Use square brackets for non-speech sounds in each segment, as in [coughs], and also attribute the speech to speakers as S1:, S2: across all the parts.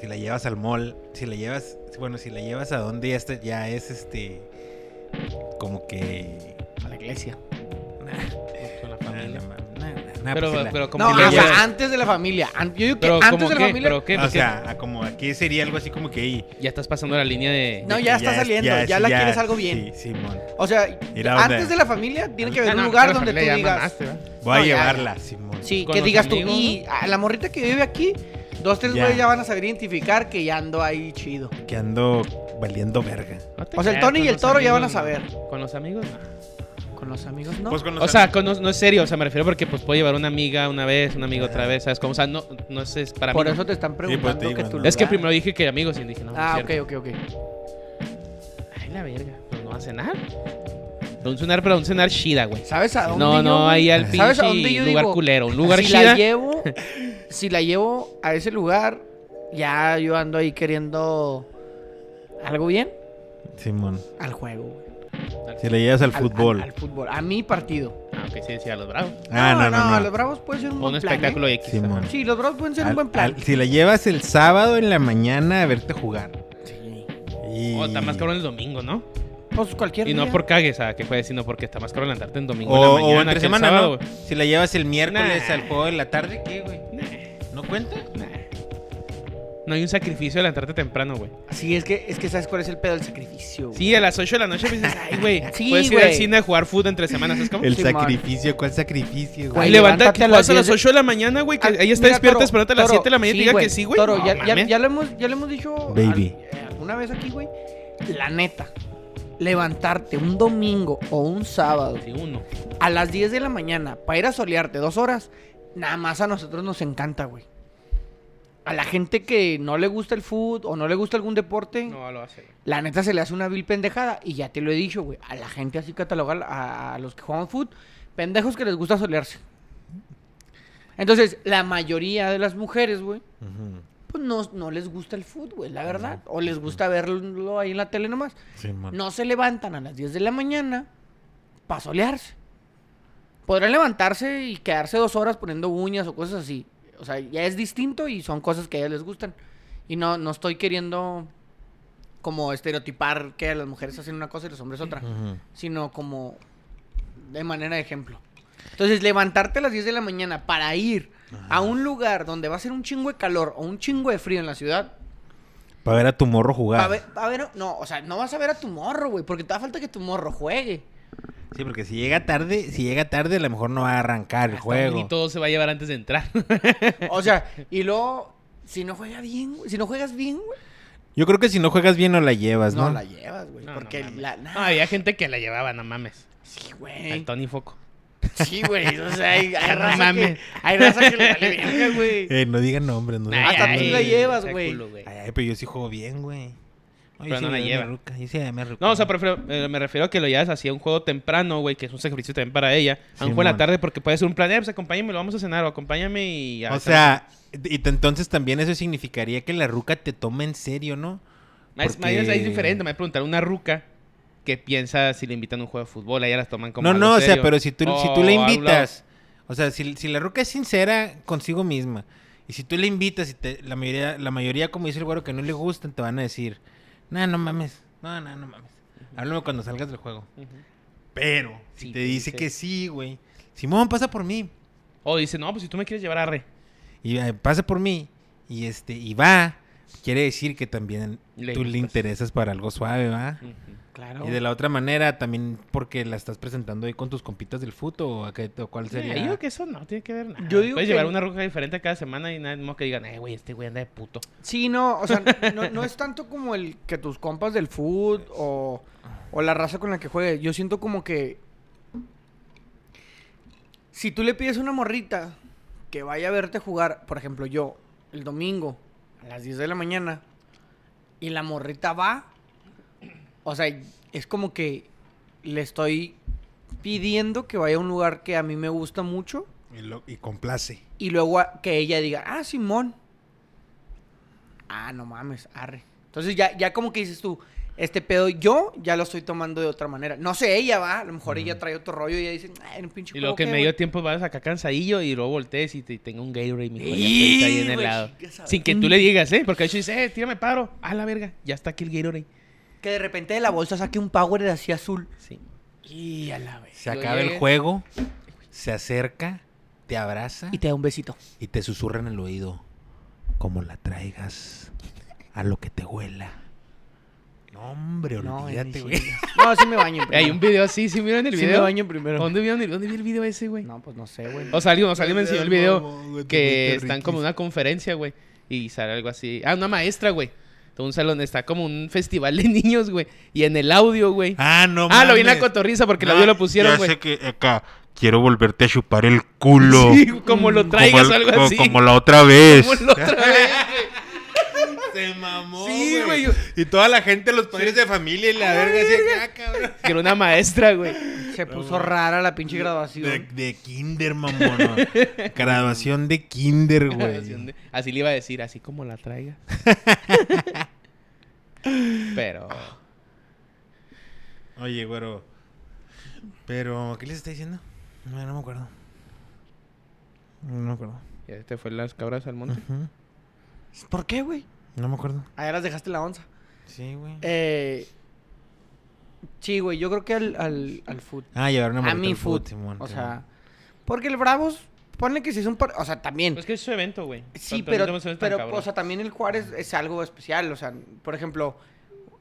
S1: si la llevas al mall, si la llevas, bueno, si la llevas a donde ya, está- ya es este, como que...
S2: A la iglesia.
S1: Nah,
S3: Con la
S1: nah,
S3: familia.
S1: nah, nah, nah,
S3: Pero-
S1: pues, si la-
S3: pero como
S2: No,
S3: si
S1: la
S2: o sea,
S1: llevas-
S2: antes de la familia. An- Yo digo que
S3: Pero
S2: antes
S3: como
S2: de la
S3: qué,
S2: familia.
S3: pero qué,
S1: o
S3: porque
S1: sea, a como aquí sería algo así como que... ahí,
S3: ya estás pasando la línea de. Ah,
S2: No,
S1: de
S2: ya
S1: que
S2: está
S1: es-
S2: saliendo, ya
S1: es-
S2: la quieres algo bien.
S1: Sí, Simón.
S2: O sea,
S1: Mira, o
S2: antes
S1: sea,
S2: de la familia tiene que
S3: Ah,
S2: haber
S3: no,
S2: un lugar
S3: pero
S2: donde tú
S3: familia ya
S2: digas.
S3: mamaste, ¿verdad?
S1: Voy
S2: No,
S1: a
S2: ya.
S1: llevarla, Simón.
S2: Sí,
S3: Con
S2: que
S3: los
S2: digas tú.
S3: amigos,
S2: Y a la morrita que vive aquí, dos, tres
S1: Ya.
S2: güeyes ya van a saber identificar que ya ando ahí chido.
S1: Que ando valiendo verga.
S3: No te
S2: O sea, el
S3: creas,
S2: Tony y
S3: con
S2: el
S3: los
S2: toro ya van a
S3: amigos,
S2: saber.
S3: Con los amigos, no.
S2: Con los amigos, ¿no?
S1: Pues con los
S3: O sea,
S1: amigos.
S3: con- no, no es serio, o sea, me refiero porque pues puedo llevar una amiga una vez, un amigo otra vez, ¿sabes? Como, o sea, no, no es, es para
S2: Por
S3: mí. no.
S2: eso te están
S1: pues, te
S2: preguntando
S1: digo,
S2: que
S1: ¿no?
S2: tu
S3: Es que
S2: lugar-
S3: primero dije que amigos y dije, no, no
S2: Ah,
S3: es
S2: ok,
S3: cierto.
S2: ok, ok.
S3: Ay, la verga, pues no va a cenar. Un cenar, pero un cenar chida, güey.
S2: ¿Sabes a dónde
S3: No,
S2: yo,
S3: no,
S2: güey?
S3: ahí al
S2: ¿Sabes a dónde
S3: pinche
S2: yo
S3: lugar
S2: digo?
S3: culero, un lugar
S2: si
S3: chida.
S2: la
S3: [laughs]
S2: llevo, si la llevo a ese lugar, ya yo ando ahí queriendo algo bien
S1: Simón.
S2: al juego, güey.
S1: Si le llevas al
S2: Al-
S1: fútbol.
S2: Al, al fútbol, a mi partido.
S3: Ah, ok, sí, decía los bravos.
S1: ah, no, no, no.
S2: Los Bravos pueden ser un
S3: O un
S2: buen plan.
S3: espectáculo X. ajá.
S1: Simón.
S2: ¿eh? Sí, los Bravos pueden ser un
S1: Al-
S2: buen plan.
S1: al- si la llevas el sábado en la mañana a verte jugar.
S2: Sí.
S1: Y...
S3: O Oh, está más cabrón el domingo, ¿no?
S2: Pues cualquier
S3: Y
S2: día.
S3: no por cagues, ¿sabes? Que jueves, sino porque está más cabrón andarte en domingo.
S1: O,
S3: en la
S1: o
S3: mañana, que
S1: entre
S3: el
S1: semana,
S3: sábado,
S1: ¿no? Si la llevas el miércoles
S3: Nah.
S1: al juego de la tarde, ¿qué, güey?
S3: güey.
S1: ¿No cuenta?
S3: Nah, nah. No hay un sacrificio de levantarte temprano, güey.
S2: Sí, es que, es que sabes cuál es el pedo del sacrificio. güey.
S3: Sí, a las 8 de la noche me dices, ay, güey,
S2: [laughs] Sí,
S3: puedes ir
S2: güey.
S3: al cine a jugar fútbol entre semanas, ¿sabes cómo?
S1: El
S2: Simón.
S1: sacrificio, ¿cuál sacrificio,
S3: Ay,
S1: güey?
S2: Güey,
S3: levanta
S2: levántate
S3: que
S2: a las
S3: vas a las
S2: 10
S3: 8 de la mañana, güey, que
S2: Ah,
S3: ella está
S2: mira,
S3: despierta
S2: Toro,
S3: esperándote a las
S2: Toro,
S3: 7 de la mañana
S2: sí,
S3: y te diga que sí, güey.
S2: Toro,
S3: No
S2: ya, ya-
S3: mames.
S2: ya lo hemos, ya lo hemos dicho al-
S1: Baby.
S2: eh, alguna vez aquí, güey. La neta, levantarte un domingo o un sábado
S3: Sí, uno.
S2: a las 10 de la mañana para ir a solearte dos horas, nada más a nosotros nos encanta, güey. A la gente que no le gusta el fútbol o no le gusta algún deporte,
S3: No lo hace.
S2: la neta se le hace una vil pendejada. Y ya te lo he dicho, güey. A la gente así catalogar, a, a los que juegan fútbol, pendejos que les gusta solearse. Entonces, la mayoría de las mujeres, güey,
S1: Ujú.
S2: pues no, no les gusta el fútbol, güey, la verdad. O les gusta verlo ahí en la tele nomás.
S1: Simón.
S2: No se levantan a las 10 de la mañana para solearse. Podrán levantarse y quedarse dos horas poniendo uñas o cosas así. O sea, ya es distinto y son cosas que a ellas les gustan. Y no, no estoy queriendo como estereotipar que las mujeres hacen una cosa y los hombres otra.
S1: Ujú.
S2: Sino como de manera de ejemplo. Entonces, levantarte a las 10 de la mañana para ir a un lugar donde va a ser un chingo de calor o un chingo de frío en la ciudad,
S1: Para ver a tu morro jugar.
S2: a ver, a ver, no, o sea, no vas a ver a tu morro, güey, porque te da falta que tu morro juegue.
S1: Sí, porque si llega tarde, si llega tarde, a lo mejor no va a arrancar el juego.
S3: Y todo se va a llevar antes de entrar. [laughs]
S2: O sea, y luego, si no juega bien, güey, si no juegas bien, güey,
S1: Yo creo que si no juegas bien no la llevas, Pues ¿no?
S2: no, la llevas, güey,
S3: No,
S2: porque
S3: no mames.
S2: la...
S3: No, había gente que la llevaba, no mames.
S2: sí,
S3: Al
S2: güey,
S3: Tony Foco.
S2: sí, güey, o sea, hay, hay
S3: [laughs] No
S2: raza que...
S3: mames.
S2: Hay raza que le vale verga, güey.
S1: Eh, no digan nombres, no digan
S2: Ay, Hasta
S1: nombres.
S2: tú la llevas, güey.
S1: Ay, ay, pero yo sí juego bien, güey. No, yo
S3: Pero
S1: sí
S3: no la
S1: me
S3: lleva.
S1: arruca, yo sí me arruca.
S3: No, o sea, prefiero- eh, me refiero a que lo llevas así a un juego temprano, güey, que es un sacrificio también para ella. A un juego en la
S1: Simón.
S3: tarde porque puede ser un plan, eh, pues acompáñame, lo vamos a cenar o acompáñame y...
S1: O sea, y te- entonces también eso significaría que la ruca te toma en serio, ¿no?
S3: Más
S1: porque-
S3: más bien es diferente, me voy a preguntar una ruca que piensa si le invitan a un juego de fútbol, a ella las toman como
S1: No,
S3: algo
S1: no, o sea,
S3: serio.
S1: pero si tú, si
S3: O
S1: tú
S3: a
S1: la
S3: un lado.
S1: invitas, o sea, si, si la ruca es sincera consigo misma, y si tú la invitas, y te- la, mayoría, la mayoría, como dice el güero, que no le gustan, te van a decir, no, no mames, no, no, no mames, háblame cuando salgas del juego.
S3: Ujú.
S1: Pero, si
S3: Sí,
S1: te
S3: te
S1: dice
S3: dice.
S1: que sí, güey, Simón, pasa por mí,
S3: O dice, no, pues si tú me quieres llevar a re.
S1: y eh, pasa por mí, y este, y va, quiere decir que también
S3: Le
S1: tú le Ah,
S3: gustas.
S1: interesas para algo suave, ¿va?
S2: Claro.
S1: Y de la otra manera, también porque la estás presentando ahí con tus compitas del fútbol, o, a qué- o cuál sería.
S3: Yo digo que eso no tiene que ver nada.
S2: Yo digo
S3: Puedes
S2: que-
S3: llevar una ruca diferente cada semana y nada más que digan, ay, güey, este güey anda de puto.
S2: Sí, no, o sea, no, no es tanto como el que tus compas del food o, o la raza con la que juegues. Yo siento como que si tú le pides a una morrita que vaya a verte jugar, por ejemplo, yo, el domingo a las 10 de la mañana, y la morrita va, o sea, es como que le estoy pidiendo que vaya a un lugar que a mí me gusta mucho
S1: Y, lo- y complace.
S2: y luego a- que ella diga, ah, Simón. Ah, no mames, arre. Entonces ya, ya como que dices tú, este pedo yo ya lo estoy tomando de otra manera. No sé, ella va, a lo mejor ella trae otro rollo y ella dice, ay, un pinche
S3: Y luego
S2: coco,
S3: que en
S2: güey".
S3: medio tiempo vas acá cansadillo y luego voltees y te tenga un Gatorade, mi hijo, ya
S1: ¡Y,
S3: está ahí en el
S1: güey,
S3: lado.
S2: chingas a
S3: Sin que tú le digas, ¿eh? Porque de hecho dice, eh, tírame paro. A la verga, ya está aquí el Gatorade.
S2: Que de repente de la bolsa saque un power de así azul.
S3: Sí.
S2: Y a la vez.
S1: Se
S3: Yo
S1: acaba el
S3: llegué.
S1: juego, se acerca, te abraza
S2: Y te da un besito.
S1: y te susurra en el oído. Como la traigas a lo que te huela. No, hombre,
S2: No,
S1: olvídate,
S2: ni
S1: güey.
S2: chingas. No, sí me baño
S3: Eh, Hay
S2: primero.
S3: un video así, ¿sí vieron el
S2: Sí me
S3: video?
S2: baño primero.
S3: ¿Dónde vieron el, dónde vi el video ese, güey?
S2: No, pues no sé, güey.
S3: O sea, alguien, [laughs] o sea, alguien me enseñó el video
S1: Mamón, güey, te
S3: que
S1: fuiste
S3: están
S1: riquísimo.
S3: como en una conferencia, güey. Y sale algo así. Ah, una maestra, güey. Todo un salón está como un festival de [laughs] niños, güey. Y en el audio, güey. Ah,
S1: Ah, no
S3: lo vi en la
S1: mames.
S3: cotorriza porque el
S4: Ah,
S3: audio lo pusieron,
S4: ya
S3: güey.
S4: sé que acá quiero volverte a chupar el culo.
S3: Sí, [laughs] como lo traigas
S4: como, el-
S3: algo
S4: co-
S3: así.
S4: como la otra
S3: [laughs]
S4: vez.
S3: Como la otra vez, güey.
S1: Se mamó.
S3: Sí, güey.
S1: güey. Y toda la gente, los padres de familia y la verga, así, ah, cabrón.
S3: Que era una maestra, [laughs] güey.
S2: Se puso rara la pinche
S1: De,
S2: graduación.
S1: de kinder, mamón.
S3: [laughs]
S1: no. Graduación de kinder, güey.
S3: Así le iba a decir, así como la [laughs] traiga. Pero.
S1: Oye, güero. Pero, ¿qué les está diciendo? No, no me acuerdo. No me acuerdo.
S3: Ya te este fue las cabras al monte.
S1: Ujú.
S2: ¿Por qué, güey?
S1: No me acuerdo.
S2: Allá las dejaste en la onza.
S1: Sí, güey.
S2: Eh, sí, güey, yo creo que al, al, al fut-
S1: Ah, llevar una
S2: A
S1: morrita
S2: mi
S1: al
S2: fut.
S1: fut, Simón,
S2: o
S1: sí.
S2: sea, porque el Bravos, ponle que si es un... par- O sea, también.
S3: Pues que es su evento, güey.
S2: sí,
S3: Tanto
S2: pero,
S3: no se ven tan
S2: pero
S3: cabrón.
S2: o sea, también el Juárez es algo especial. O sea, por ejemplo...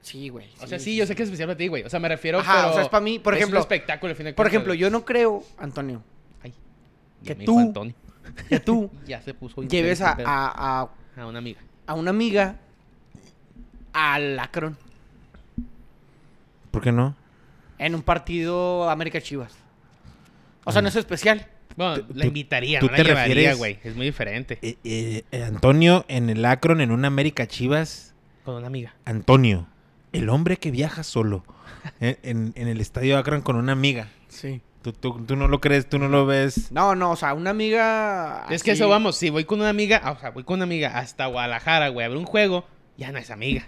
S2: Sí, güey.
S3: O sea, sí, yo sé que es especial para ti, güey. O sea, me refiero
S2: Ajá,
S3: pero
S2: o sea, es pa' mí, por
S3: es
S2: ejemplo-
S3: un espectáculo, al fin de
S2: Por
S3: cuentas,
S2: ejemplo,
S3: güey.
S2: yo no creo, Antonio,
S3: Ay, ya
S2: que
S3: me dijo
S2: tú-
S3: Antonio.
S2: que
S3: [laughs]
S2: tú
S3: Ya se puso
S2: lleves a,
S3: interesante,
S2: a, a-
S3: pero- a una amiga.
S2: a una amiga al Akron
S1: ¿Por qué no?
S2: en un partido América Chivas. O sea, no es especial.
S3: Bueno, la
S1: tú-
S3: invitaría,
S1: tú
S3: no la
S1: te
S3: llevaría,
S1: refieres-
S3: güey. Es muy diferente.
S1: Eh, eh, eh, Antonio en el Akron, en una América Chivas.
S3: Con una amiga.
S1: Antonio, el hombre que viaja solo. [laughs] eh, En, en el estadio Akron con una amiga.
S2: Sí.
S1: Tú, tú- tú no lo crees, tú no lo ves.
S2: No, no, o sea, una amiga.
S3: Es que
S2: así- [laughs]
S3: eso vamos, si voy con una amiga, ah, o sea, voy con una amiga hasta Guadalajara, güey, a ver un juego, ya no es amiga.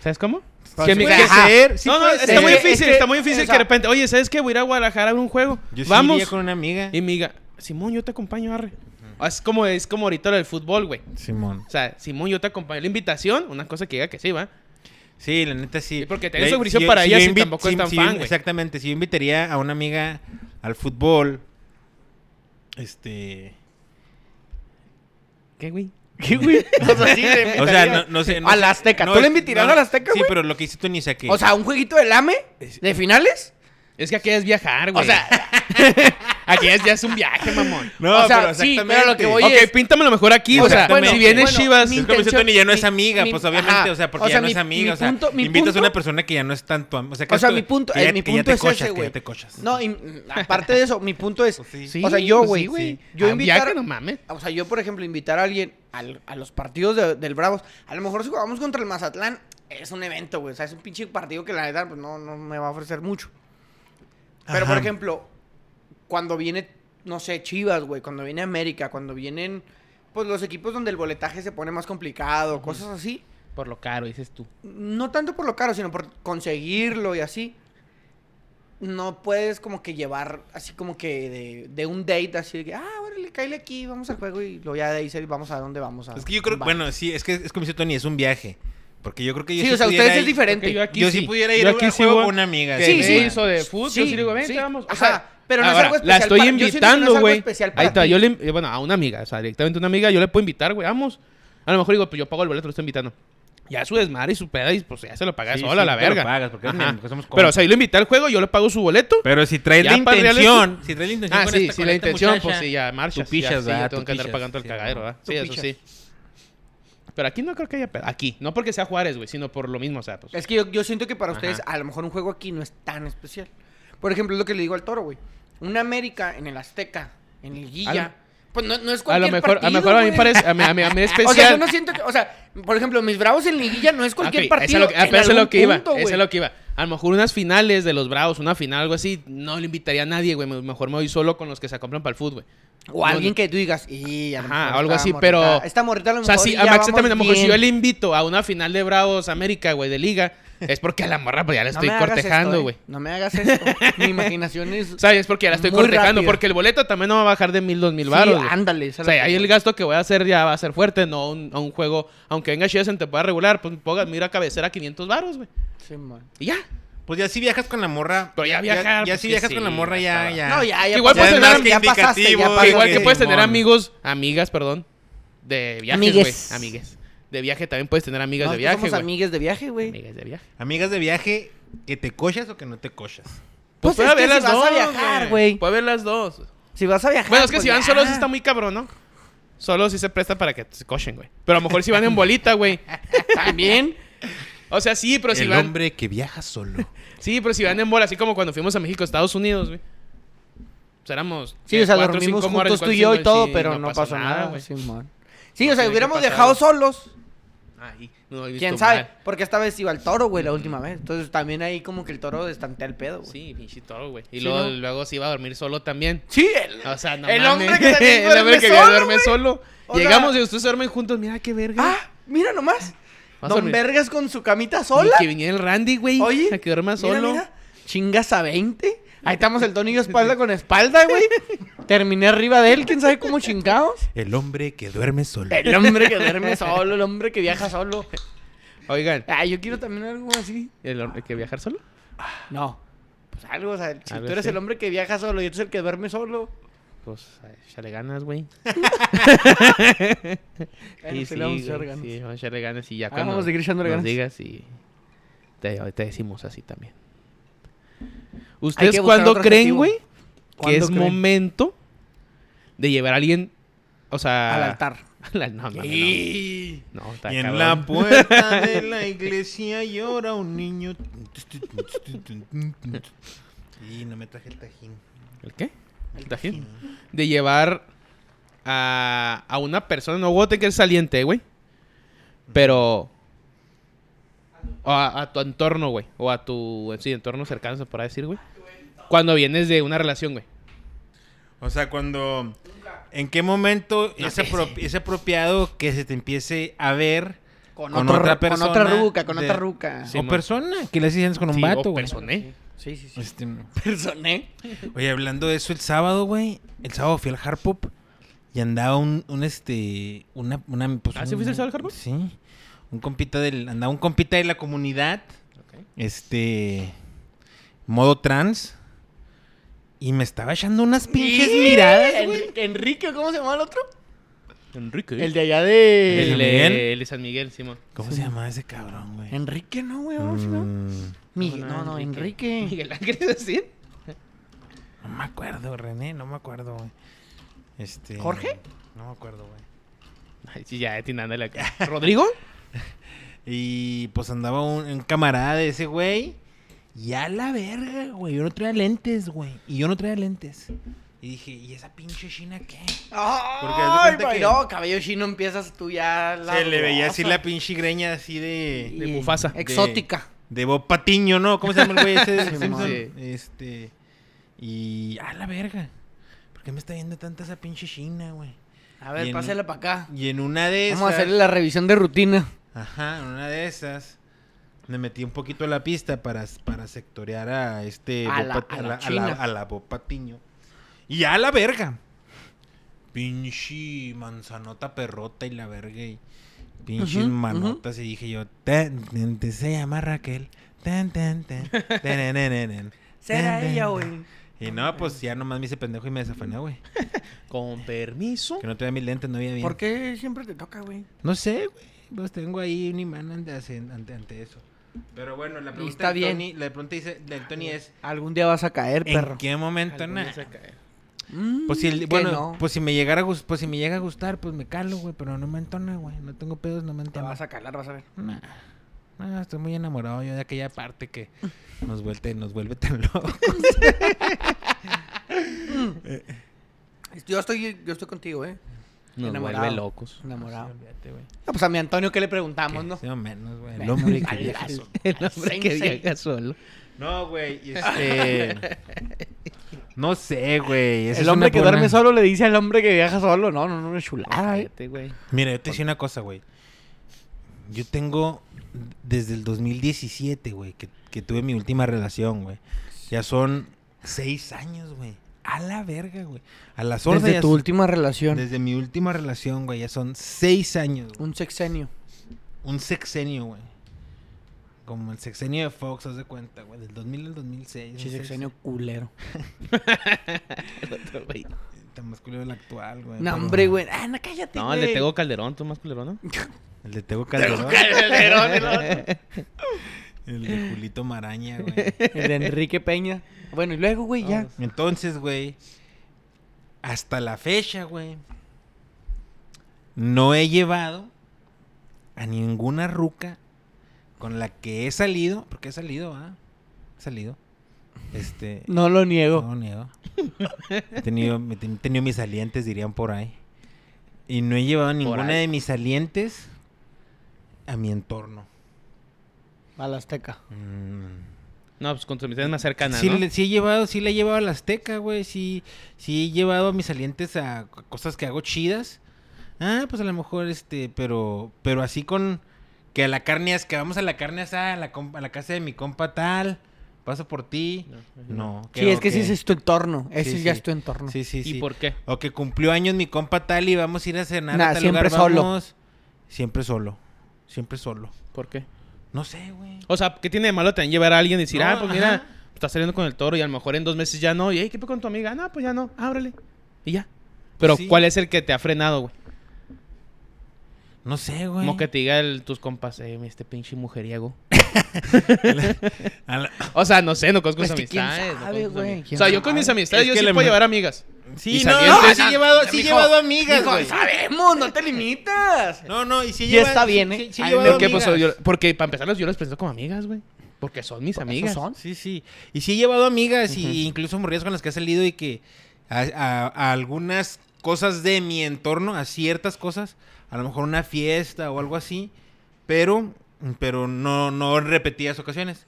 S3: ¿Sabes cómo?
S1: Sí,
S3: Que
S1: Pues sí
S3: mi-
S1: puede
S3: que-
S1: ser, sí
S3: no, no,
S1: puede
S3: está
S1: ser.
S3: muy
S2: Es que-
S3: difícil,
S2: es que-
S3: está muy difícil
S2: o
S3: que
S2: sea-
S3: de repente, oye, ¿sabes qué? Voy a ir a Guadalajara a ver un juego.
S1: Yo sí
S3: vamos.
S1: iría con una amiga.
S3: Y mi amiga, Simón, yo te acompaño, arre. Ah, Es como, es como ahorita lo del fútbol, güey.
S1: Simón.
S3: O sea, Simón, yo te acompaño. La invitación, una cosa que diga que sí, ¿va?
S1: Sí, la neta sí.
S3: Sí, porque
S1: tener
S3: también es ofreció para ella si tampoco es tan fan, güey.
S1: Exactamente, si yo invitaría a una amiga al fútbol, este...
S3: ¿Qué, güey?
S1: ¿Qué, güey?
S2: O sea, sí,
S1: [laughs]
S2: le
S1: O
S2: invitaría.
S1: sea, no, no sé. No
S2: A
S1: sé-
S2: la Azteca.
S1: no,
S2: ¿Tú le
S1: es-
S2: invitarás
S1: no,
S2: a la Azteca,
S1: Sí,
S2: güey?
S1: pero lo que hiciste tú ni saqué.
S2: O sea, un jueguito de lame de finales.
S3: Es que aquí es viajar, güey.
S2: O sea,
S3: [laughs] aquí es, ya es un viaje, mamón.
S1: no,
S2: o sea,
S1: pero
S2: sí,
S1: exactamente.
S2: pero lo que voy
S3: ok,
S2: Oye, es-
S3: píntamelo mejor aquí. O sea,
S1: Exactamente.
S3: si vienes
S1: Bueno,
S3: Chivas,
S1: Es como dice
S2: intención-
S1: Tony, ya no es
S2: mi-
S1: amiga,
S2: mi-
S1: pues obviamente,
S2: ajá.
S1: o sea, porque
S2: O
S1: ya
S2: sea,
S1: no
S2: mi-
S1: es amiga,
S2: mi
S1: o sea,
S2: punto- mi
S1: invitas a
S2: punto-
S1: una persona que ya no es tanto, am- o sea, que
S2: o sea,
S1: tú-
S2: mi punto,
S1: que ya-
S2: eh, mi
S1: que ya
S2: punto
S1: te
S2: es
S1: cochas,
S2: ese,
S1: que ya
S2: güey.
S1: te cochas.
S2: No, y mm, aparte de eso, mi punto es.
S1: Pues sí.
S2: O sea, yo,
S3: pues
S2: güey.
S3: sí,
S2: yo
S3: Ah,
S2: invitar.
S3: viaje, no mames.
S2: O sea, yo, por ejemplo, invitar a alguien al- a los partidos de- del Bravos. A lo mejor si jugamos contra el Mazatlán, es un evento, güey. O sea, es un pinche partido que la neta pues, no, no me va a ofrecer mucho. Pero, por
S1: Ajá.
S2: ejemplo, cuando viene, no sé, Chivas, güey. Cuando viene América, cuando vienen, pues, los equipos donde el boletaje se pone más complicado, cosas así.
S3: Por lo caro, dices tú.
S2: No tanto por lo caro, sino por conseguirlo y así. No puedes como que llevar así como que de, de un date así de que, ah, órale, cáele aquí, vamos al juego y luego ya de ahí se- vamos a dónde vamos a.
S1: Es que yo creo,
S2: va.
S1: bueno, sí, es que es como dice Tony, es un viaje. Porque yo creo que yo
S2: Sí,
S1: sí
S2: o sea,
S1: pudiera
S2: ustedes es
S1: ir-
S2: diferente.
S3: Porque yo aquí
S1: yo sí,
S3: sí.
S1: pudiera ir
S3: Yo
S1: a
S3: aquí
S1: un
S3: sí
S1: juego
S3: voy-
S1: con una amiga.
S3: que
S2: Sí,
S1: sí,
S3: me
S2: sí.
S3: hizo de fútbol, yo sí le digo, "Vente,
S2: sí.
S3: vamos". O
S2: Ajá,
S3: sea,
S2: pero no es
S3: ahora,
S2: algo
S3: la
S2: especial.
S3: estoy
S2: para- yo siento que no es
S3: invitando,
S2: algo
S3: güey.
S2: especial
S3: Ahí
S2: para
S3: está,
S2: ti.
S3: yo le, in- bueno, a una amiga, o sea, directamente a una amiga, yo le puedo invitar, güey, vamos. A lo mejor digo, pues yo pago el boleto, lo estoy invitando. Ya su desmadre y su peda, y pues ya se lo pagas
S1: Sí,
S3: sola,
S1: sí,
S3: la
S1: te lo
S3: verga.
S1: pagas, porque es
S3: Ajá.
S1: mi- porque somos
S3: Pero, o
S1: compas.
S3: sea, yo le invité al juego, yo le pago su boleto.
S1: Pero si traes
S3: Ya
S1: la
S3: para reales-
S1: intención, si traes la intención
S3: ah,
S1: con
S3: sí,
S1: esta-
S3: sí,
S1: con
S3: la
S1: esta
S3: intención,
S1: muchacha,
S3: pues sí, ya marchas.
S1: Tú pichas,
S3: ya, sí,
S1: ¿verdad?
S3: yo tengo
S1: Tú
S3: que andar
S1: pichas,
S3: pagando el
S1: sí,
S3: cagadero,
S1: ¿no?
S3: ¿verdad?
S2: Tú
S3: Sí, eso
S2: pichas.
S3: sí. Pero aquí no creo que haya peda. Aquí, no porque sea Juárez, güey, sino por lo mismo, o sea, pues.
S2: Es que yo, yo siento que para
S3: Ajá.
S2: ustedes a lo mejor un juego aquí no es tan especial. Por ejemplo, es lo que le digo al Toro, güey. Una América en el Azteca, en el Guilla.
S3: A lo-
S2: pues no, no es
S3: A
S2: cualquier
S3: lo mejor,
S2: partido,
S3: a lo mejor a mí
S2: güey.
S3: parece, a mí, a mí- a mí es
S2: [laughs]
S3: especial.
S2: O sea, yo no siento que, o sea, por ejemplo, mis Bravos en liguilla no es cualquier
S3: Ok,
S2: partido.
S3: Eso es lo que, ah,
S2: en
S3: pero eso es
S2: algún
S3: lo que iba.
S2: punto,
S3: eso
S2: güey.
S3: es lo que iba. A lo mejor unas finales de los Bravos, una final, algo así, no le invitaría a nadie, güey. Me- Mejor me voy solo con los que se compran para el fútbol, güey.
S2: O alguien que tú digas, y a lo
S3: Ajá,
S2: mejor
S3: o algo
S2: esta
S3: así,
S2: morrita-
S3: pero-
S2: Esta morrita a lo
S3: O
S2: mejor.
S3: sea, sí,
S2: y
S3: a
S2: ya
S3: Max
S2: vamos
S3: también, a lo mejor si
S2: bien.
S3: yo le invito a una final de Bravos América, güey, de liga, es porque a la morra pues ya la
S2: No
S3: estoy
S2: me hagas esto,
S3: cortejando,
S2: eh.
S3: güey.
S2: No me hagas
S3: [laughs]
S2: esto. Mi imaginación es.
S3: ¿Sabes? Es porque ya la estoy
S2: Muy
S3: cortejando.
S2: rápida.
S3: Porque el boleto también no va a bajar de mil, dos mil
S2: Sí,
S3: baros.
S2: ándale. esa
S3: O
S2: es la
S3: sea, ahí
S2: cosa.
S3: el gasto que voy a hacer ya va a ser fuerte, no un- a un juego. Aunque venga Chivas en temporada regular, pues ponga, mira cabecera 500 baros, güey.
S2: Sí, man.
S3: Y ya.
S1: Pues ya si viajas con la morra.
S3: Pero ya viajar,
S1: Ya,
S3: pues
S1: si
S3: que
S1: viajas
S3: sí,
S1: con la morra, ya.
S3: hasta-
S1: ya.
S2: No, ya, ya.
S3: Igual
S2: pasó.
S3: puedes tener-
S2: ya pasaste, ya
S1: indicativo,
S2: pasaste.
S1: Pasa
S3: igual que
S1: que
S3: puedes tener
S1: Simón.
S3: amigos, amigas, perdón, de viajes, güey.
S2: Amigues.
S3: Amigues. De viaje también puedes tener amigas de
S2: Nosotros
S3: viaje,
S2: somos
S3: güey. Pues
S2: amigues de viaje, güey.
S3: Amigas de viaje.
S1: Amigas de viaje, que te cochas o que no te cochas.
S2: Pues,
S3: puede
S2: es que
S3: haber
S2: si
S3: las
S2: vas
S3: dos,
S2: a viajar, güey.
S3: Puede haber las dos.
S2: Si vas a viajar.
S3: Bueno, es que
S2: pues
S3: si van
S2: ya.
S3: solos está muy cabrón, ¿no? Solos sí se presta para que se cochen, güey. Pero a lo mejor si van en bolita, güey.
S2: [laughs] También.
S3: O sea, sí, pero si
S1: el
S3: van.
S1: hombre que viaja solo.
S3: Sí, pero si van en bola, así como cuando fuimos a México, Estados Unidos, güey. Pues éramos.
S2: Sí,
S3: ¿qué?
S2: o sea,
S3: Cuatro,
S2: dormimos
S3: cinco morras,
S2: juntos tú
S3: cuatro,
S2: y yo y
S3: cinco,
S2: todo,
S3: sí,
S2: pero no pasó nada, güey.
S3: güey.
S2: Simón. Sí, o sea,
S3: tiene que
S2: hubiéramos
S3: pasar.
S2: viajado solos.
S3: Ay, no he visto
S2: ¿Quién sabe?
S3: mal.
S2: Porque esta vez iba el toro, güey, la última vez. Entonces también ahí como que el toro estantea el pedo, güey. Sí,
S3: Sí, pinche toro, güey. Y
S2: Sí,
S3: luego,
S2: ¿no?
S3: luego se iba a dormir solo también.
S2: el,
S3: O sea, no
S2: el
S3: mames. [laughs]
S2: hombre que también
S3: El hombre
S2: duerme
S3: que
S2: solo,
S3: duerme solo.
S2: O
S3: Llegamos
S2: sea-
S3: y ustedes duermen juntos. Mira qué verga.
S2: Ah, mira nomás.
S3: a
S2: Don
S3: dormir.
S2: Vergas con su camita sola.
S3: Y que viniera el Randy, güey.
S2: Oye,
S3: A [laughs] que duerma
S2: mira,
S3: solo.
S2: mira. Chingas a 20. Ahí estamos el Tony y yo espalda con espalda, güey. Terminé arriba de él, quién sabe cómo chingados.
S1: El hombre que duerme solo.
S2: El hombre que duerme solo, el hombre que viaja solo.
S3: Oigan,
S2: Ah, yo quiero también algo así.
S3: ¿el hombre que viajar solo?
S2: No. Pues algo, o sea, si
S3: Algo
S2: tú eres
S3: así.
S2: el hombre que viaja solo y eres el que duerme solo.
S3: Pues, ay, échale ganas, güey.
S2: Bueno, sí, le vamos a echar ganas.
S3: Sí, vamos a echarle ganas y ya
S2: Ah, vamos a seguir echándole
S3: nos
S2: ganas.
S3: digas y te, te decimos así también.
S2: Hay
S3: ¿Ustedes
S2: que buscar
S3: cuándo
S2: otro
S3: creen,
S2: adjetivo.
S3: güey, que
S2: ¿Cuándo
S3: es
S2: creen?
S3: momento de llevar a alguien, o sea...
S2: Al altar.
S3: [laughs] al al- no, mames,
S1: Y
S3: no. No, está
S1: y en
S3: cabrón.
S1: la
S3: [laughs]
S1: puerta de la iglesia llora un niño. Y no me traje el tajín.
S3: ¿El qué? ¿El tajín? De llevar a, a una persona, no voten que es saliente, güey. Pero... o a, a tu entorno, güey. O a tu... Sí, entorno cercano, se podrá decir, güey. Cuando vienes de una relación, güey.
S1: O sea, cuando. ¿En qué momento es, apro- es apropiado que se te empiece a ver
S2: Con,
S1: Con
S2: otro-
S1: otra
S2: Con otra
S1: persona
S2: ruca, con
S1: de-
S2: otra ruca.
S3: Sí,
S1: o
S3: man.
S1: persona? ¿Qué le haces con un
S3: Sí, o
S1: vato, güey?
S3: persona, ¿eh?
S2: Sí, sí, sí.
S1: Este,
S2: [laughs] Personé.
S1: Oye, hablando de eso, el sábado, güey, el sábado fui al Hard Pop y andaba un, un este, una, una, pues,
S3: ¿Ah, sí
S1: un-
S3: fuiste al sábado al Hard Pop?
S1: Sí, un compita del, andaba un compita de la comunidad,
S3: Ok.
S1: este, modo trans, y me estaba echando unas pinches miradas, güey.
S2: Enrique, Enrique, ¿cómo se llama el otro?
S3: Enrique.
S2: El de allá de.
S1: El de San
S3: El
S1: Miguel.
S3: de el de San Miguel, Simón. [laughs]
S1: ¿Cómo se llamaba ese cabrón, güey?
S2: Enrique, no, güey. ¿cómo se llama?
S1: Mm,
S2: Miguel- No, no, Enrique.
S3: Miguel Ángel, ¿es decir?
S1: no me acuerdo, René, no me acuerdo, güey. Este,
S2: ¿Jorge?
S1: No me acuerdo, güey.
S3: Ay, sí, ya, eh, tirándole acá. ¿Rodrigo?
S1: Y pues andaba un, un camarada de ese güey. Y a la verga, güey. Yo no traía lentes, güey. Y yo no traía lentes. Y dije, ¿y esa pinche china qué? [laughs] Porque haz de
S2: Ay,
S1: cuenta
S2: güey,
S1: que-
S2: no, cabello chino empiezas tú ya. la
S1: Se le veía así
S2: rosa.
S1: la pinche greña así de.
S3: de
S2: Y-
S3: Mufasa.
S2: Exótica.
S1: De Bob Patiño, ¿no? ¿Cómo se llama el güey ese? de los
S2: Sí,
S1: Simpson?
S3: sí.
S1: Este. Y a la verga. ¿Por qué me está viendo tanta esa pinche china, güey?
S2: A
S1: Y
S2: ver,
S1: en-
S2: pásela para acá.
S1: Y en una de esas.
S2: Vamos a hacerle la revisión de rutina.
S1: Ajá, en una de esas. Me metí un poquito a la pista para, para sectorear a este.
S2: A
S1: Bob
S2: la-
S1: Pat-
S2: a
S1: a
S2: la
S1: la- a
S2: china.
S1: la- a la Bob Patiño. Y a la verga. Pinche manzanota perrota y la verga. Y pinches
S2: Ujú,
S1: manotas. Y dije yo, "Tan, tan, te se llama Raquel. Tan, tan, tan, tararararán,
S2: [laughs]
S1: tan, tan, tan". Y no, pues ya nomás me hice pendejo y me desafané, güey.
S3: [laughs] Con permiso.
S1: Que no tenía mis lentes, no veía bien.
S2: ¿Por qué siempre te toca, güey?
S1: No sé, güey. Pues tengo ahí un imán ante, hace- ante, ante eso. Pero bueno, la pregunta
S2: está
S1: del
S2: bien.
S1: Tony, la pregunta dice, del Tony es
S2: Algún día vas a caer,
S1: ¿En
S2: perro.
S1: qué momento
S3: Alguna
S1: nah?
S3: se cae.
S2: Mm,
S1: Pues si el-
S2: que
S1: bueno,
S2: no.
S1: pues si me llegara a gus- pues si me llega a gustar, pues me calo, güey, pero no me entona, güey. No tengo pedos, no me
S2: Te
S1: entona.
S2: vas a calar, vas a ver.
S1: Nah. Nah, estoy muy enamorado yo de aquella parte que nos vuelve, nos vuelve tan locos.
S2: Yo estoy, yo estoy contigo, ¿eh?
S3: Nos
S2: Enamorado.
S3: vuelve locos.
S2: Enamorado.
S1: [laughs] Olvídate, güey.
S2: No, pues a mi Antonio, ¿qué le preguntamos, no?
S1: Sí, o menos, güey. El
S2: Bueno,
S1: hombre que
S2: al-
S1: viaja
S2: al-
S1: solo.
S3: [laughs] El [laughs] hombre que
S2: Sensei.
S3: viaja solo.
S1: No, [laughs] güey, y este No sé, güey. esa
S2: El
S1: es
S2: hombre
S1: una
S2: que
S1: buena-
S2: duerme solo le dice al hombre que viaja solo. No, no, no, una chulada, ¿eh?
S3: Cállate, güey.
S1: Mira, yo te decía una cosa, güey. Yo tengo desde el 2017, güey, que, que tuve mi última relación, güey. Ya son seis años, güey. A la verga, güey. A la sorda
S2: Desde
S1: ya
S2: tu
S1: son-
S2: última relación.
S1: Desde mi última relación, güey. Ya son seis años, güey.
S2: Un sexenio.
S1: Un sexenio, güey. Como el sexenio de Fox, haz de cuenta, güey. Del 2000 al 2006.
S2: Sí,
S1: no sé,
S2: sexenio culero.
S1: Tan más culero el actual, güey.
S2: No,
S1: pero-
S2: hombre, güey. Ah, no, cállate,
S3: No, el de
S2: güey.
S3: Tego Calderón, tú más culero, ¿no?
S1: El de Tego Calderón.
S3: Calderón, el [laughs]
S1: El de Julito Maraña, güey.
S2: [laughs] El de Enrique Peña. Bueno, y luego, güey, ya.
S3: Vámonos.
S1: Entonces, güey, hasta la fecha, güey, no he llevado a ninguna ruca con la que he salido, porque he salido, ¿ah? He salido. Este,
S2: [laughs] No lo niego.
S1: no, niego. He tenido, he ten- he tenido mis salientes, dirían por ahí. Y no he llevado ninguna
S3: ahí.
S1: de mis salientes a mi entorno.
S2: A la Azteca.
S1: Mm.
S3: No, pues con tu amistad más cercana,
S1: Sí,
S3: ¿no?
S1: le, sí he llevado, sí le he llevado a la Azteca, güey. Sí, sí he llevado a mis salientes a c- cosas que hago chidas. Ah, pues a lo mejor este, pero, pero así con que a la carne as- que vamos a la carne asada, a la, com- a la casa de mi compa tal, paso por ti.
S3: No, así
S1: No.
S2: Sí, es que
S1: sí
S2: ese es tu entorno. Ese
S1: Sí,
S2: ya
S1: sí.
S2: es tu entorno.
S1: Sí, sí, sí.
S3: ¿Y por qué?
S1: O que cumplió años mi compa tal y vamos a ir a cenar
S2: Nah,
S1: a tal
S2: siempre
S1: lugar,
S2: solo.
S1: vamos. Siempre solo. Siempre solo.
S3: ¿Por qué?
S1: No sé, güey.
S3: O sea, ¿qué tiene de malo también llevar a alguien y decir,
S1: No,
S3: ah, pues mira,
S1: ajá.
S3: estás saliendo con el toro y a lo mejor en dos meses ya no? Y, hey, ¿qué pasa con tu amiga? No, pues ya no, ábrale. Y ya. Pero,
S1: Pues sí.
S3: ¿cuál es el que te ha frenado, güey?
S1: No sé, güey.
S3: Como que te diga el- tus compas, eh, este pinche mujeriego. [laughs]
S1: A
S3: [coughs]
S1: la-
S3: O sea, no sé, no conozco mis
S2: Es que quién
S3: amistades. no
S2: sabe,
S3: conozco mis
S2: güey,
S3: amistades.
S2: quién
S3: O sea, yo con mis
S2: sabe.
S3: amistades
S1: Es
S3: yo
S1: que
S3: sí
S1: le-
S3: puedo llevar amigas.
S1: Sí,
S3: Y
S1: no,
S3: salientes.
S1: no, sí he llevado, sí he
S2: mijo,
S1: llevado amigas,
S2: mijo,
S1: güey.
S2: sabemos, no te limitas.
S1: No, no, y si
S2: Y
S1: lleva-
S2: está
S1: sí-
S2: bien, ¿eh?
S1: sí- sí
S2: Ay,
S1: llevaba
S2: no,
S3: Porque, pues,
S1: amigas.
S3: yo- porque para empezar, yo las presento como amigas, güey. Porque son mis amigas.
S2: ¿Esos son?
S1: Sí, sí. Y sí he llevado amigas y incluso morrillas con las que he salido y que a, a- a algunas cosas de mi entorno, a ciertas cosas, a lo mejor una fiesta o algo así, pero, pero no, no en repetidas ocasiones.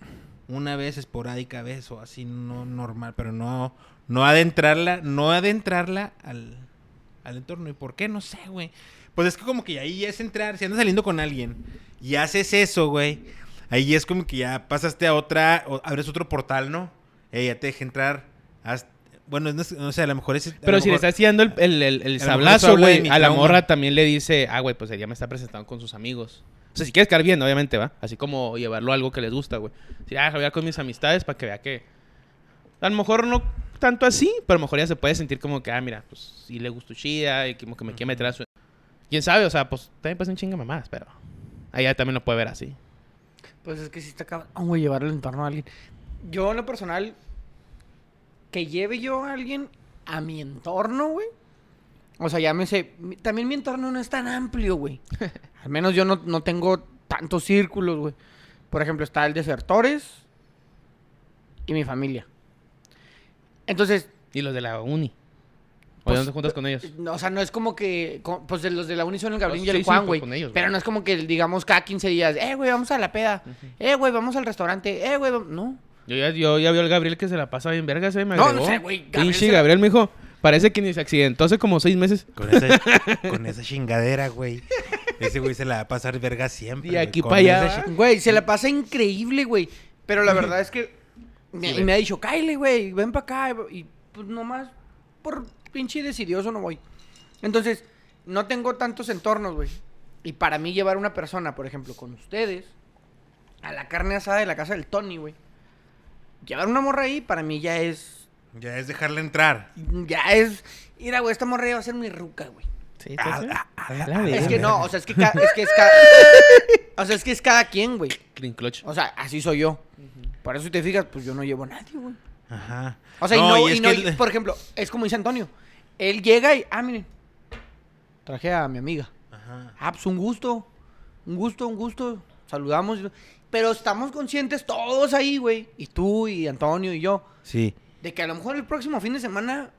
S1: Una vez esporádica vez o así, no normal, pero no, no adentrarla, no adentrarla al, al entorno. ¿Y por qué? No sé, güey. Pues es que como que ahí ya es entrar, si andas saliendo con alguien y haces eso, güey, ahí es como que ya pasaste a otra, o abres otro portal, ¿no? Eh, ya te deja entrar. haz- bueno, no, sé- no sé, a lo mejor es... a
S3: Pero
S1: lo
S3: si le
S1: mejor-
S3: estás tirando el, el, el- el
S1: mejor eso
S3: sablazo,
S1: habla de
S3: güey,
S1: mi
S3: a la
S1: trauma.
S3: morra también le dice, ah, güey, pues ella me está presentando con sus amigos. O sea, si quieres quedar bien, obviamente, ¿va? Así como llevarlo a algo que les gusta, güey. Si, ah, voy a con mis amistades para que vea que... A lo mejor no tanto así, pero a lo mejor ya se puede sentir como que, ah, mira, pues sí le gusta chida y como que me quiere meter a su... ¿Quién sabe? O sea, pues también pasan chinga mamás, pero... Allá también lo puede ver así.
S2: Pues es que sí está cabrón, güey, llevarlo en torno a alguien. Yo, en lo personal, que lleve yo a alguien a mi entorno, güey. O sea, llámese. mi- También mi entorno no es tan amplio,
S3: [laughs]
S2: güey. Al menos yo no, no tengo tantos círculos, güey. Por ejemplo, está el Desertores y mi familia. Entonces,
S3: Y los de la uni. ¿O
S2: Pues,
S3: dónde te juntas con ellos?
S2: No, o sea, no es como que. co- Pues de los de la uni son el Gabriel y el
S3: sí, sí,
S2: Juan,
S3: pues
S2: güey.
S3: con ellos, güey.
S2: pero no es como que, digamos, cada 15 días, eh, güey, vamos a la peda. Eh, güey, vamos al restaurante. Eh, güey, vam-". no.
S3: Yo ya, yo ya vio al Gabriel que se la pasa bien vergas, eh, me
S2: No, no
S3: agregó.
S2: sé, güey, Gabriel
S3: Pinche
S2: se la-
S3: Gabriel, mijo. Parece que ni se accidentó hace como seis meses.
S1: Con
S3: [laughs]
S1: esa, con esa chingadera, güey. Ese güey se la va a pasar verga siempre.
S3: De
S1: güey,
S3: aquí
S1: con
S3: pa' allá,
S1: esa
S3: ¿va?
S1: chi-
S2: Güey, se la pasa increíble, güey. Pero la verdad es que. me- y me ha dicho, cállate, güey, ven para acá. Y pues nomás, por pinche decidioso no voy. Entonces, no tengo tantos entornos, güey. Y para mí, llevar una persona, por ejemplo, con ustedes, a la carne asada de la casa del Tony, güey. Llevar una morra ahí, para mí ya es
S1: Ya es dejarla entrar.
S2: Ya es. Mira, güey, esta morra ya va a ser mi ruca, güey.
S3: Sí,
S1: Ah,
S2: Es que no, o sea, es que, ca- es que es cada. O sea, es que es cada quien, güey.
S3: Clean clutch.
S2: O sea, así soy yo. Por eso, si te fijas, pues yo no llevo a nadie, güey.
S1: Ajá.
S2: O sea, y no, y
S1: es
S2: no,
S1: que
S2: y, pues
S1: el-
S2: por ejemplo, es como dice Antonio. Él llega y. Ah, miren. Traje a mi amiga.
S1: Ajá.
S2: Ah, pues un gusto. Un gusto, un gusto. Saludamos. Pero estamos conscientes todos ahí, güey. Y tú, y Antonio, y yo.
S1: Sí.
S2: De que a lo mejor el próximo fin de semana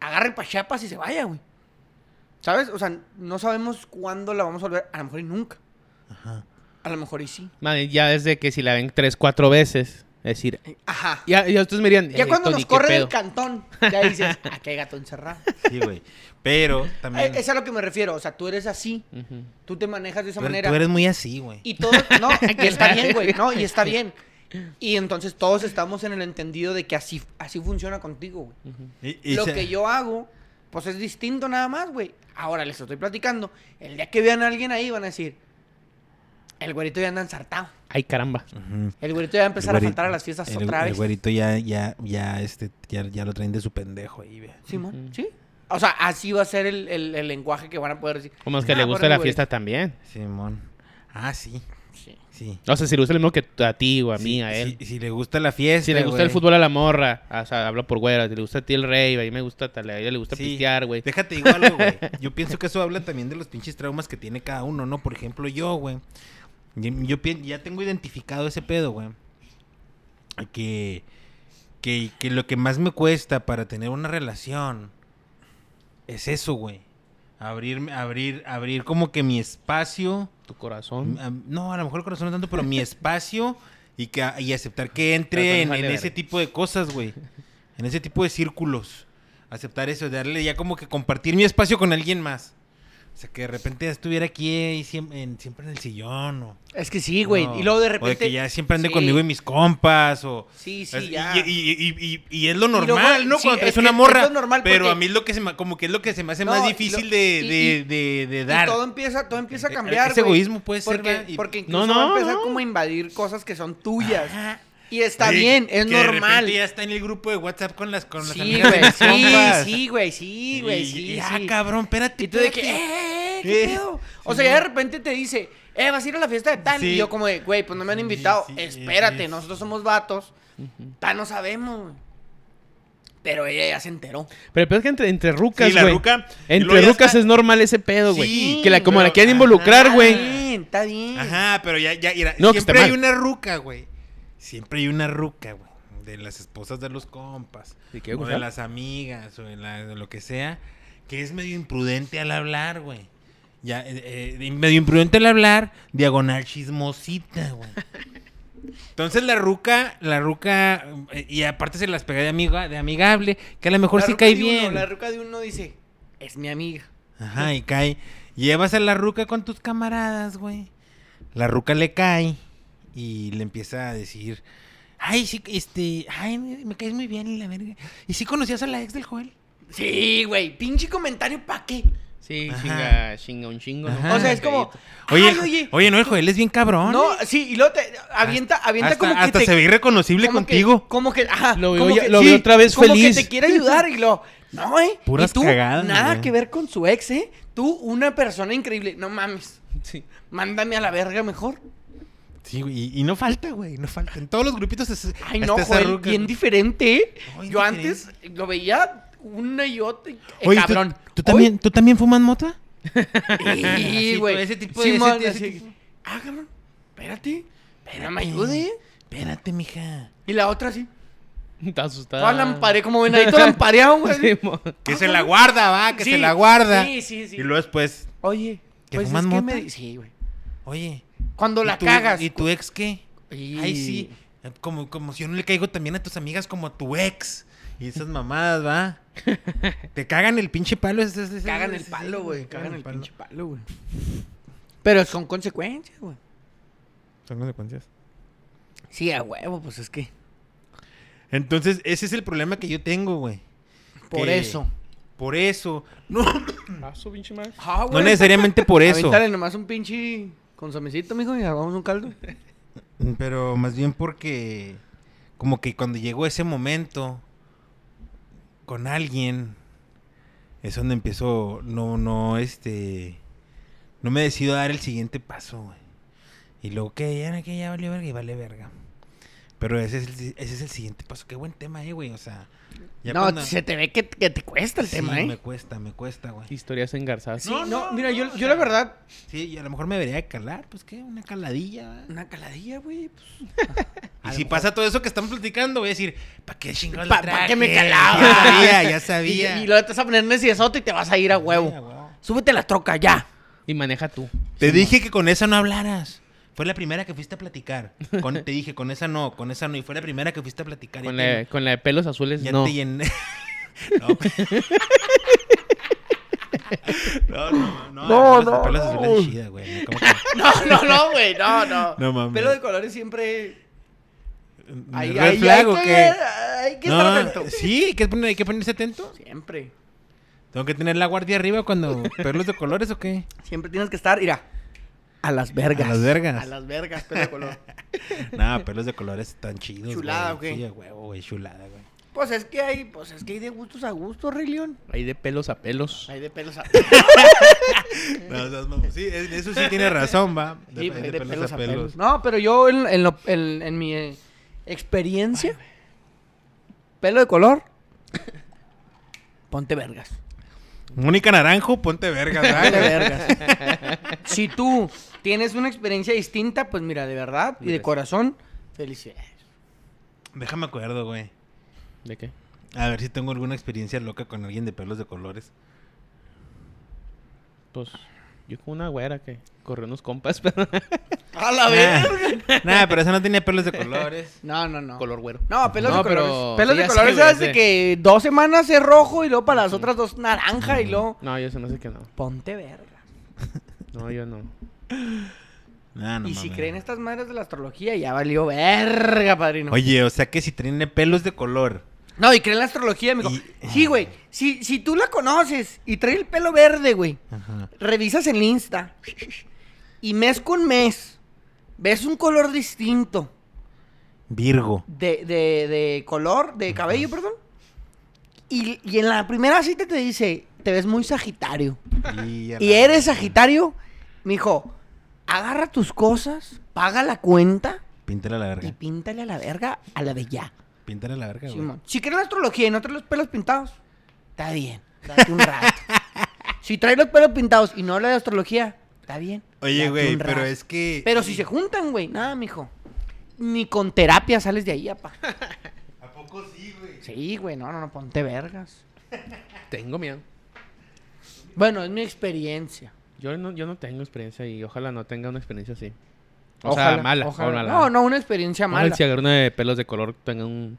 S2: agarre para Chiapas y se vaya, güey. ¿Sabes? O sea, no sabemos cuándo la vamos a volver. A lo mejor y nunca.
S1: Ajá.
S2: A lo mejor y sí.
S3: Madre, ya desde que si la ven tres, cuatro veces, Es decir,
S2: Ajá.
S3: ya, ya ustedes me dirían.
S2: Ya
S3: "Eh,
S2: cuando
S3: Tony,
S2: nos
S3: ¿qué
S2: corre
S3: pedo?".
S2: el cantón, ya
S1: [laughs]
S2: dices, ah, qué gato encerrado.
S1: Sí, güey. Pero también.
S2: Eh, Es a lo que me refiero. O sea, tú eres así.
S3: Ujú.
S2: Tú te manejas de esa
S1: tú, eres-
S2: manera.
S1: tú eres muy así, güey.
S2: Y todos,
S1: [laughs]
S2: no, y está bien, güey, no, y está bien. Y entonces todos estamos en el entendido de que así, así funciona contigo, güey.
S1: Y- y
S2: Lo
S1: se-
S2: que yo hago, pues es distinto nada más, güey. Ahora les estoy platicando. El día que vean a alguien ahí van a decir, el güerito ya anda ensartado.
S3: Ay, caramba.
S1: Ujú.
S2: El güerito ya va a empezar
S1: El güeri-
S2: a faltar a las fiestas
S1: el-
S2: otra
S1: el
S2: vez.
S1: güerito ya, ya, ya, este, ya, ya lo traen de su pendejo ahí, güey.
S2: Simón, sí. O sea, así va a ser el, el- el lenguaje que van a poder decir.
S3: Como los que
S2: "Ah,
S3: le
S2: pobre
S3: gusta la
S2: güerito".
S3: fiesta también.
S1: Simón. Ah, sí,
S2: Sí.
S1: sí.
S3: O sea, si le gusta lo mismo que a ti o a mí,
S1: Sí,
S3: a él.
S1: Si, si le gusta la fiesta.
S3: Si le gusta el
S1: güey.
S3: fútbol a la morra, o sea, habla por güera. Si le gusta a ti el rey, a mí me gusta tal, a ella le gusta
S1: Sí.
S3: pistear, güey.
S1: Déjate digo algo,
S3: [laughs]
S1: güey. Yo pienso que eso habla también de los pinches traumas que tiene cada uno, ¿no? Por ejemplo, yo, güey. Yo, yo pien- ya tengo identificado ese pedo, güey. Que, que, que lo que más me cuesta para tener una relación es eso, güey. Abrirme, abrir, abrir como que mi espacio.
S3: Tu
S2: Mm.
S3: corazón.
S1: Am- No, a lo mejor el corazón no tanto, pero
S2: [laughs]
S1: mi espacio y, que, y aceptar que entre
S3: Corazón
S1: en,
S3: vale
S1: en
S3: verga.
S1: ese tipo de cosas,
S2: [laughs]
S1: güey. En ese tipo de círculos. Aceptar eso, darle ya como que compartir mi espacio con alguien más. O sea, que de repente ya estuviera aquí eh, y siem- en- siempre en el sillón. O,
S2: Es que sí, güey.
S1: no,
S2: Y luego de
S1: O de
S2: repente...
S1: que ya siempre ande
S2: Sí.
S1: conmigo y mis compas. O,
S2: Sí,
S1: es-
S2: sí,
S1: y-
S2: ya.
S1: Y, y- y- y- y es lo
S2: luego,
S1: normal, ¿no?
S2: sí,
S1: Cuando traes
S2: es que
S1: una
S2: es
S1: morra.
S2: lo normal
S1: pero
S2: porque-
S1: a mí es lo que se me, como que es lo que se me hace
S2: No, y
S1: más
S2: lo-
S1: difícil de,
S2: y-
S1: de- de- de dar.
S2: Y todo empieza, todo empieza a
S1: E-
S2: cambiar,
S1: ese
S2: güey.
S1: egoísmo puede ser,
S2: porque,
S1: ¿verdad? Y-
S2: Porque
S1: No,
S2: incluso va a
S3: no,
S2: empezar
S3: no.
S2: como a invadir cosas que son tuyas.
S1: Ajá.
S2: Y está
S1: Ah. Sí,
S2: bien, es
S1: que De
S2: normal.
S1: repente ya está en el grupo de WhatsApp con las con las
S2: Sí,
S1: amigas de
S2: güey,
S1: mis
S2: sí,
S1: compas.
S2: sí, güey, sí, güey,
S1: Y-
S2: sí,
S1: y, ah,
S2: sí.
S1: cabrón, espérate.
S2: Y tú de que,
S1: espérate.
S2: eh, qué
S1: Eh,
S2: pedo. O
S1: sí,
S2: sea,
S1: no.
S2: ya de repente te dice, eh, vas a ir a la fiesta de tal.
S1: Sí.
S2: Y yo como de, güey, pues no me han
S1: Sí,
S2: invitado.
S1: sí,
S2: Espérate,
S1: sí.
S2: nosotros somos vatos. Tal no sabemos, güey. Pero ella ya se enteró.
S3: Pero el pedo es que entre, entre rucas,
S1: Sí, la
S3: güey.
S1: ruca, y luego
S3: entre
S1: ya
S3: rucas
S1: está-
S3: es normal ese pedo, güey.
S1: Sí,
S3: que la, como
S1: pero-
S3: la quieren
S1: ajá.
S3: involucrar, güey.
S2: Está bien, está bien.
S1: Ajá, pero ya, ya, mira,
S3: No, que
S1: siempre
S3: está
S1: hay
S3: mal.
S1: una ruca, güey. Siempre hay una ruca, güey. De las esposas de los compas.
S3: Sí,
S1: o
S3: que
S1: de
S3: gustar.
S1: las amigas, o de, la- de lo que sea. Que es medio imprudente al hablar, güey. Ya, eh, eh, medio imprudente al hablar, diagonal chismosita,
S2: [laughs]
S1: güey. Entonces la ruca, la ruca, eh, y aparte se las pega de amiga, de amigable, que a lo mejor
S2: La
S1: sí
S2: ruca
S1: cae
S2: de uno,
S1: bien.
S2: la ruca de uno dice, es mi amiga.
S1: Ajá, y cae. Llevas a la ruca con tus camaradas, güey. La ruca le cae y le empieza a decir, ay, sí, este, ay, me, me caes muy bien y la verga. ¿Y si conocías a la ex del Joel?
S2: Sí, güey, pinche comentario, ¿pa' qué?
S3: Sí,
S1: Ajá.
S3: chinga, chinga un chingo. ¿no?
S1: Ajá.
S2: O sea, es como,
S1: Oye,
S2: "Ay,
S1: el-
S2: oye,
S1: oye, no, el Joel es bien cabrón.
S2: No,
S1: ¿eh?
S2: sí, y luego te avienta, avienta
S1: hasta,
S2: como que
S1: hasta
S2: te...
S1: se ve irreconocible
S2: como que-
S1: contigo.
S2: como que, ajá,
S3: Lo veo
S2: como
S3: ya-
S2: que-
S3: lo veo otra vez
S2: como
S3: feliz.
S2: que te quiere ayudar y lo, no, eh.
S1: Puras
S2: y tú,
S1: cagadas,
S2: nada
S1: güey.
S2: que ver con su ex, eh. Tú, una persona increíble, no mames,
S3: [laughs] Sí.
S2: mándame a la verga mejor.
S1: Sí, güey, y, y no falta, güey, no falta. En todos los grupitos Este es,
S2: Ay,
S1: hasta
S2: no,
S1: esa
S2: Joel,
S1: ruca-
S2: bien diferente, eh.
S1: No, bien
S2: Yo antes
S1: diferente.
S2: lo veía una y otra, y- eh,
S1: Oye, ¿tú-
S2: cabrón.
S1: ¿tú, también, ¿tú también fumas mota?
S2: Sí,
S1: [laughs] Así,
S2: güey.
S1: todo ese tipo de-
S2: Simón,
S1: ese- ese
S2: así,
S1: tipo.
S2: Ah, cabrón, espérate, espérame,
S1: Espérate.
S2: me ayude, eh.
S1: Espérate, mija.
S2: Y la otra así,
S3: Está asustada.
S1: Ah.
S2: toda lamparé, como
S1: [laughs]
S2: venadito lampareado, güey.
S3: [laughs] Sí, mo-
S1: Que se la guarda, va, que se
S2: Sí,
S1: la guarda.
S2: Sí, sí, sí.
S1: Y luego después,
S2: Oye,
S1: ¿Que
S2: pues es
S1: fumas
S2: que
S1: mota?
S2: me... di- Sí, güey.
S1: oye,
S2: Cuando
S1: ¿Y
S2: la
S1: tu-
S2: cagas.
S1: ¿Y tu ex qué?
S2: Y-
S1: Ay, sí. Como, como si yo no le caigo también a tus amigas como a tu ex. Y
S2: [laughs]
S1: esas mamadas, ¿va? Te cagan el pinche palo. es- es- es-
S2: Cagan el
S1: es-
S2: palo,
S1: sí,
S2: güey. Cagan el pinche
S1: palo.
S2: palo, güey. Pero son consecuencias, güey.
S1: Son consecuencias.
S2: Sí, a huevo, pues es que.
S1: Entonces, ese es el problema que yo tengo, güey.
S2: Por
S1: Que-
S2: eso.
S1: Por eso. No,
S3: Ah, su pinche madre.
S2: Ah,
S1: no necesariamente por eso.
S2: Avéntale nomás un pinche consomecito, mijo, y hagamos un caldo.
S1: Pero más bien porque como que cuando llegó ese momento con alguien es donde empiezo no no este no me decido a dar el siguiente paso, güey. Y luego que ya que ya valió verga y vale verga. Pero ese es el, si- ese es el siguiente paso. Qué buen tema, eh, güey. O sea, [laughs] ya
S2: no,
S1: cuando-
S2: se te ve que, que te cuesta el
S1: Sí,
S2: tema, ¿eh?
S1: me cuesta, me cuesta, güey.
S3: Historias engarzadas.
S2: Sí,
S1: No,
S2: no,
S1: no,
S2: mira,
S1: no,
S2: yo,
S1: o
S2: yo
S1: sea-
S2: la verdad.
S1: Sí, y a lo mejor me debería calar, pues qué, una caladilla. ¿verdad?
S2: Una caladilla, güey. Pues.
S1: [laughs] Y si pasa todo eso que estamos platicando, voy a decir, ¿para qué chingados
S2: Pa-
S1: le
S2: pa' qué me
S1: traje?
S2: calaba.
S1: Ya sabía, ya
S2: [laughs] Y,
S1: sabía.
S2: y luego te vas a poner necesito y te vas a ir a huevo.
S1: Sí, a huevo.
S2: Súbete a la troca ya. [laughs]
S3: Y maneja tú.
S1: Te dije que con esa no hablaras. Fue la primera que fuiste a platicar. Con- te dije, con esa no, con esa no. Y fue la primera que fuiste a platicar.
S3: Con
S1: ya
S3: la,
S1: te,
S3: con la de pelos azules,
S1: ya
S3: no.
S1: te llené. [laughs] no, no,
S2: [laughs]
S1: no, no.
S2: No,
S1: las de
S2: no,
S1: pelos
S2: no.
S1: azules es chida, güey. ¿Cómo que?
S2: No, no, no, güey, no, no.
S1: No mames.
S2: Pelo de colores siempre. Ahí,
S1: ¿Red
S2: ahí,
S1: flag
S2: hay
S1: o
S2: que,
S1: qué?
S2: Hay que
S1: No,
S2: estar atento.
S1: Sí, hay que, poner- hay que ponerse atento.
S2: Siempre.
S1: Tengo que tener la guardia arriba
S2: [laughs]
S1: cuando perlos de colores o qué.
S2: Siempre tienes que estar, mira. A las vergas.
S1: A las vergas.
S2: A las vergas, pelo de color.
S1: Nada, pelos de colores tan chidos.
S2: Chulada,
S1: güey.
S2: ¿o qué?
S1: Sí, huevo, güey, chulada, güey.
S2: pues es que hay, pues es que hay de gustos a gustos, Rey León.
S3: Ahí de pelos a pelos.
S2: Hay de pelos a
S1: No, seas mamón. sí, en eso sí
S2: [laughs]
S1: tiene razón, va. De,
S2: Sí,
S1: de
S2: hay de
S1: pelos, a pelos.
S2: No, pero yo en, en lo- en- en mi eh, experiencia, pelo de color, ponte vergas.
S1: Mónica Naranjo, ponte
S2: [laughs]
S1: verga, ¿verdad,
S2: Ponte
S1: güey? [laughs]
S2: vergas. Si tú tienes una experiencia distinta, pues mira, de verdad y de
S3: Gracias.
S2: corazón, felicidades.
S1: Déjame acuerdo, güey.
S3: ¿De qué?
S1: A ver si tengo alguna experiencia loca con alguien de pelos de colores.
S3: Pues yo con una güera que corrió unos compas, [laughs] pero
S2: A la
S1: Nada, nada, pero esa no tenía pelos de
S2: [laughs]
S1: colores.
S2: Ah. No, no, no.
S3: color güero.
S2: No, pelos
S3: No,
S2: de colores.
S3: pero
S2: Pelos
S3: sí,
S2: de
S3: ya sé,
S2: colores
S3: güey,
S2: es
S3: ya
S2: de
S3: sé.
S2: que dos semanas es rojo y luego para las otras dos naranja y luego
S3: No, yo se no sé qué no.
S2: ponte verga.
S3: No, yo no.
S1: Nah, no
S2: y si
S1: mames.
S2: creen estas madres de la astrología, ya valió verga, padrino.
S1: Oye, o sea que si tiene pelos de color.
S2: No, y creen en la astrología, amigo.
S1: Y-
S2: Sí, güey. Si, si tú la conoces y trae el pelo verde, güey,
S1: Ajá.
S2: revisas el Insta y mes con mes ves un color distinto
S1: Virgo.
S2: de, de- de color, de cabello, perdón. Y, y en la primera cita te dice, te ves muy sagitario.
S1: Y, a
S2: Y
S1: la-
S2: eres sagitario, mijo, agarra tus cosas, paga la cuenta
S1: Píntale a la
S2: y
S1: verga.
S2: píntale a la verga a la de ya.
S1: Píntale a la verga, güey.
S2: Simón. Si quieres la astrología y no traes los pelos pintados, está bien. Date un
S1: [laughs]
S2: rato. si traes los pelos pintados y no la de astrología, está bien.
S1: Oye,
S2: date
S1: güey,
S2: un
S1: pero
S2: rato.
S1: es que.
S2: Pero si se juntan, güey, nada, mijo. Ni con terapia sales de
S1: [laughs]
S2: ahí, apa.
S1: ¿A poco sí, güey?
S2: Sí, güey, no, no, no, ponte vergas.
S3: Tengo miedo.
S2: Bueno, es mi experiencia.
S3: Yo no, yo no tengo experiencia y ojalá no tenga una experiencia así. O
S2: Ojalá,
S3: sea, mala.
S2: ojalá.
S3: mala.
S2: No, no, una experiencia
S3: Ojalá
S2: mala.
S3: el cigarro de pelos de color tenga un-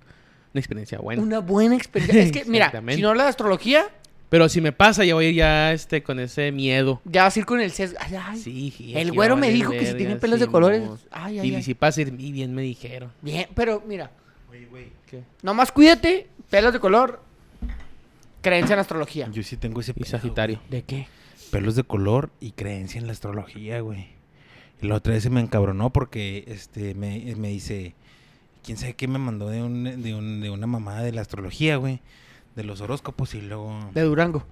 S3: una experiencia buena.
S2: Una buena experiencia.
S1: [laughs]
S2: Es que, mira,
S3: Exactamente.
S2: si no la de astrología,
S3: Pero si me pasa, ya voy a ir ya este, con ese miedo.
S2: ya vas a ir con el sesgo. Ay, ay,
S3: Sí, sí,
S2: el
S3: que
S2: güero
S3: vale
S2: me dijo que si
S3: verga,
S2: tiene pelos de
S3: sí,
S2: colores.
S3: mo.
S2: Ay,
S3: y
S2: ay, ay.
S3: si pasa, ir- y bien me dijeron.
S2: Bien, pero mira,
S1: Oye, güey.
S2: Nomás cuídate, pelos de color, creencia en astrología.
S1: Yo sí tengo ese
S3: Y
S1: pedo,
S3: Sagitario.
S2: ¿De qué?
S1: pelos de color y creencia en la astrología, güey. Y la otra vez se me encabronó porque este me, me dice, quién sabe qué me mandó de, un, de, un- de una mamada de la astrología, güey. De los horóscopos y luego...
S2: De Durango.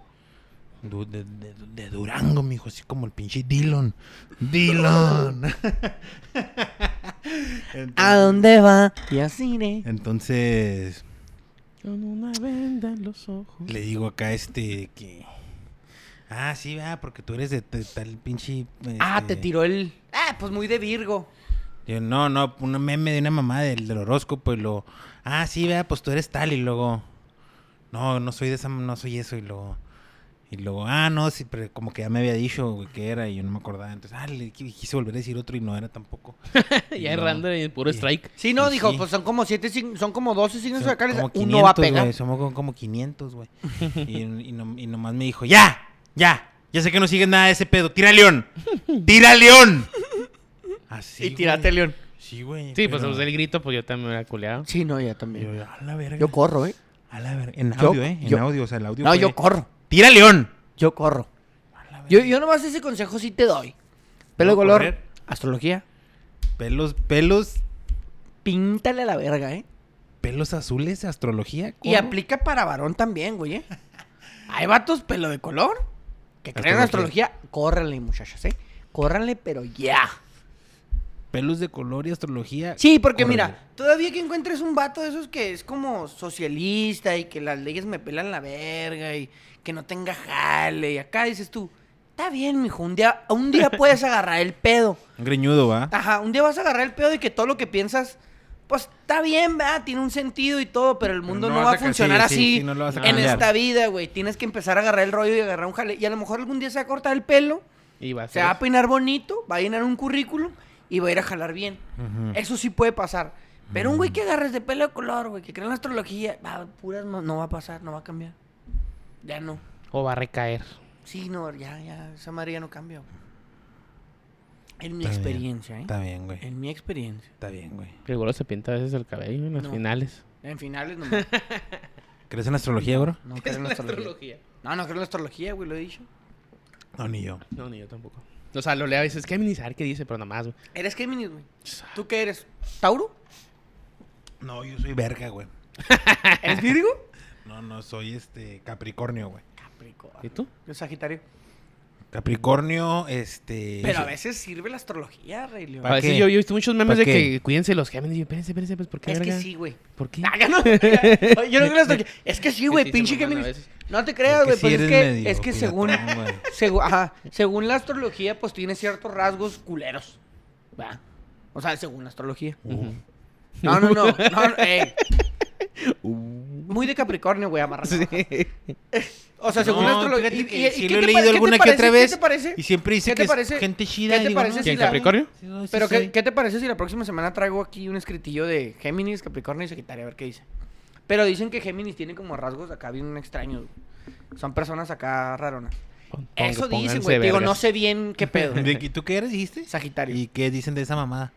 S1: Du- De, de- de Durango, mijo, así como el pinche Dylan.
S2: [laughs]
S1: Dylan.
S2: ¿A
S1: entonces,
S2: dónde va? Y así iré.
S1: entonces,
S3: Con una venda en los
S2: [laughs]
S3: ojos.
S1: le digo acá este que... Ah, sí, va, porque tú eres de, t- tal pinche...
S2: Ah, te
S1: este,
S2: tiró el. Ah, pues muy de Virgo.
S1: Yo, no, no, un meme de una mamá del, del horóscopo y luego, ah, sí, vea, pues tú eres tal y luego, no, no soy de esa, no soy eso y luego, y luego, ah, no, sí, pero como que ya me había dicho güey, que era y yo no me acordaba, entonces, ah, le qui- quise volver a decir otro y no era tampoco.
S3: ya
S1: No.
S3: errando en puro
S1: Sí.
S3: strike.
S2: Sí, no,
S1: Y
S2: dijo,
S1: sí.
S2: pues son como siete, sign- son como 12 signos
S1: Son
S2: zodiacales.
S1: como
S2: Uno va a
S1: 500, güey,
S2: pegar.
S1: somos como, como 500, [laughs] güey. y, y no- y nomás me dijo, ya, ya, ya sé que no sigues nada de ese pedo, tira a León, tira a [laughs] León. Así,
S2: y tírate,
S1: Ah, güey.
S2: León.
S1: Sí, güey.
S3: Sí, pues
S1: pero-
S3: pues, el grito, pues yo también me hubiera culeado.
S2: Sí, no, ya
S1: Yo,
S2: también.
S1: a la verga.
S2: Yo corro, ¿eh?
S1: A la verga. En
S2: Yo-
S1: audio, ¿eh? En
S2: yo-
S1: audio, o sea, el audio.
S2: No,
S1: fue-
S2: yo corro.
S1: ¡Tira León!
S2: Yo corro. Yo, yo nomás ese consejo sí te doy. Pelo
S1: ¿Puedo
S2: de color,
S1: correr?
S2: astrología.
S1: Pelos, pelos,
S2: Píntale a la verga, ¿eh?
S1: pelos azules, astrología.
S2: Y aplica para varón también, güey, ¿eh? Hay vatos pelo de color que creen en
S1: Astrología.
S2: astrología. Córranle, muchachas, ¿eh? Córranle, pero ya.
S1: Pelos de color y astrología.
S2: Sí, porque
S1: Córrele.
S2: mira, todavía que encuentres un vato de esos que es como socialista y que las leyes me pelan la verga y que no tenga jale y acá dices tú, está bien, mijo, un día, un día puedes agarrar el pedo.
S1: Un Greñudo, ¿va?
S2: Ajá, un día vas a agarrar el pedo de que todo lo que piensas, pues está bien, ¿verdad? Tiene un sentido y todo, pero el mundo
S1: no
S2: no,
S1: vas
S2: va
S1: a
S2: a
S1: ca-
S2: funcionar
S1: sí,
S2: así
S1: sí, sí, no lo vas a
S2: en
S1: cambiar.
S2: esta vida, güey. Tienes que empezar a agarrar el rollo y agarrar un jale. Y a lo mejor algún día se va a cortar el pelo,
S3: Y va a
S2: se
S3: ser.
S2: va a peinar bonito, va a llenar un currículum y va a ir a jalar bien.
S1: Ujú. Mm.
S2: Eso sí puede pasar. Pero un güey que agarres de pelo de color, güey, que cree en la astrología, va, puras ma- no va a pasar, no va a cambiar. Ya no.
S3: O va a recaer.
S2: Sí, no, ya, ya, esa madre ya no cambia. güey. En mi
S1: Está bien,
S2: experiencia, ¿eh?
S1: Está bien, güey.
S2: En mi experiencia.
S1: Está bien, güey.
S3: Seguro se pinta a veces el cabello en las
S2: No.
S3: finales.
S2: En finales [laughs] nomás.
S1: ¿Crees en la astrología, bro?
S2: No creo en la astrología. No, no creo en la astrología, güey, lo he dicho.
S1: No, ni yo.
S3: No, ni yo tampoco. O sea, lo leo a veces, Géminis, a ver qué dice, pero nada más, güey.
S2: ¿Eres Géminis, güey? ¿Tú qué eres? ¿Tauro?
S1: No, yo soy verga, güey.
S2: ¿Eres Virgo?
S1: No, no, soy este Capricornio, güey.
S2: [laughs]
S3: ¿Y
S2: Capricornio.
S3: tú?
S2: Yo Sagitario.
S1: Capricornio, este.
S2: Pero a veces sirve la astrología, Rey León.
S1: ¿Para
S3: A veces
S1: qué?
S3: yo, yo he visto muchos memes
S1: ¿Para
S3: de
S1: qué?
S3: que cuídense los Géminis. Y yo, espérense, espérense, pues, ¿por qué?
S2: Es que
S3: verga?
S2: sí, güey.
S3: ¿Por qué?
S2: Ah, ya no. [laughs] Oye, Yo no creo en la astrología. Es que sí, güey,
S3: Sí, sí,
S2: pinche
S3: se maman a
S2: Géminis.
S3: veces.
S2: No te creas, güey, pues es
S1: eres
S2: que,
S1: medio
S2: es que según,
S1: piratón,
S2: [laughs]
S1: güey.
S2: segu- ajá, según la astrología, pues tiene ciertos rasgos culeros. Va. O sea, según la astrología.
S1: Uh.
S2: No,
S1: [laughs]
S2: no, no. no, no, ey.
S1: Uh.
S2: Muy de Capricornio, güey, amarrado. O sea, según
S1: No,
S2: la astrología.
S1: fíjate que
S2: y- y-
S1: sí
S2: ¿qué
S1: lo he
S2: te
S1: leído
S2: pare- qué te
S1: alguna que
S2: parece-
S1: otra vez.
S2: ¿Qué te parece?
S1: Y siempre dice
S2: ¿Qué
S1: que
S2: te
S1: es
S2: parece?
S1: gente chida.
S2: ¿Qué te
S1: digo,
S2: parece
S1: no,
S2: si
S3: ¿Quién,
S2: la-
S3: Capricornio?
S1: sí, no, sí
S2: Pero, ¿qué,
S1: soy.
S2: qué te parece si la próxima semana traigo aquí un escritillo de Géminis, Capricornio y Sagitario? A ver qué dice. Pero dicen que Géminis tiene como rasgos acá bien extraños. güey. Son personas acá raronas.
S3: Pon-
S2: Eso dicen,
S3: ponga- pónganse
S2: güey. Te Digo,
S3: vergas.
S2: no sé bien qué pedo.
S1: [laughs] ¿De qué- ¿Tú qué eres, dijiste?
S2: Sagitario.
S1: ¿Y qué dicen de esa mamada?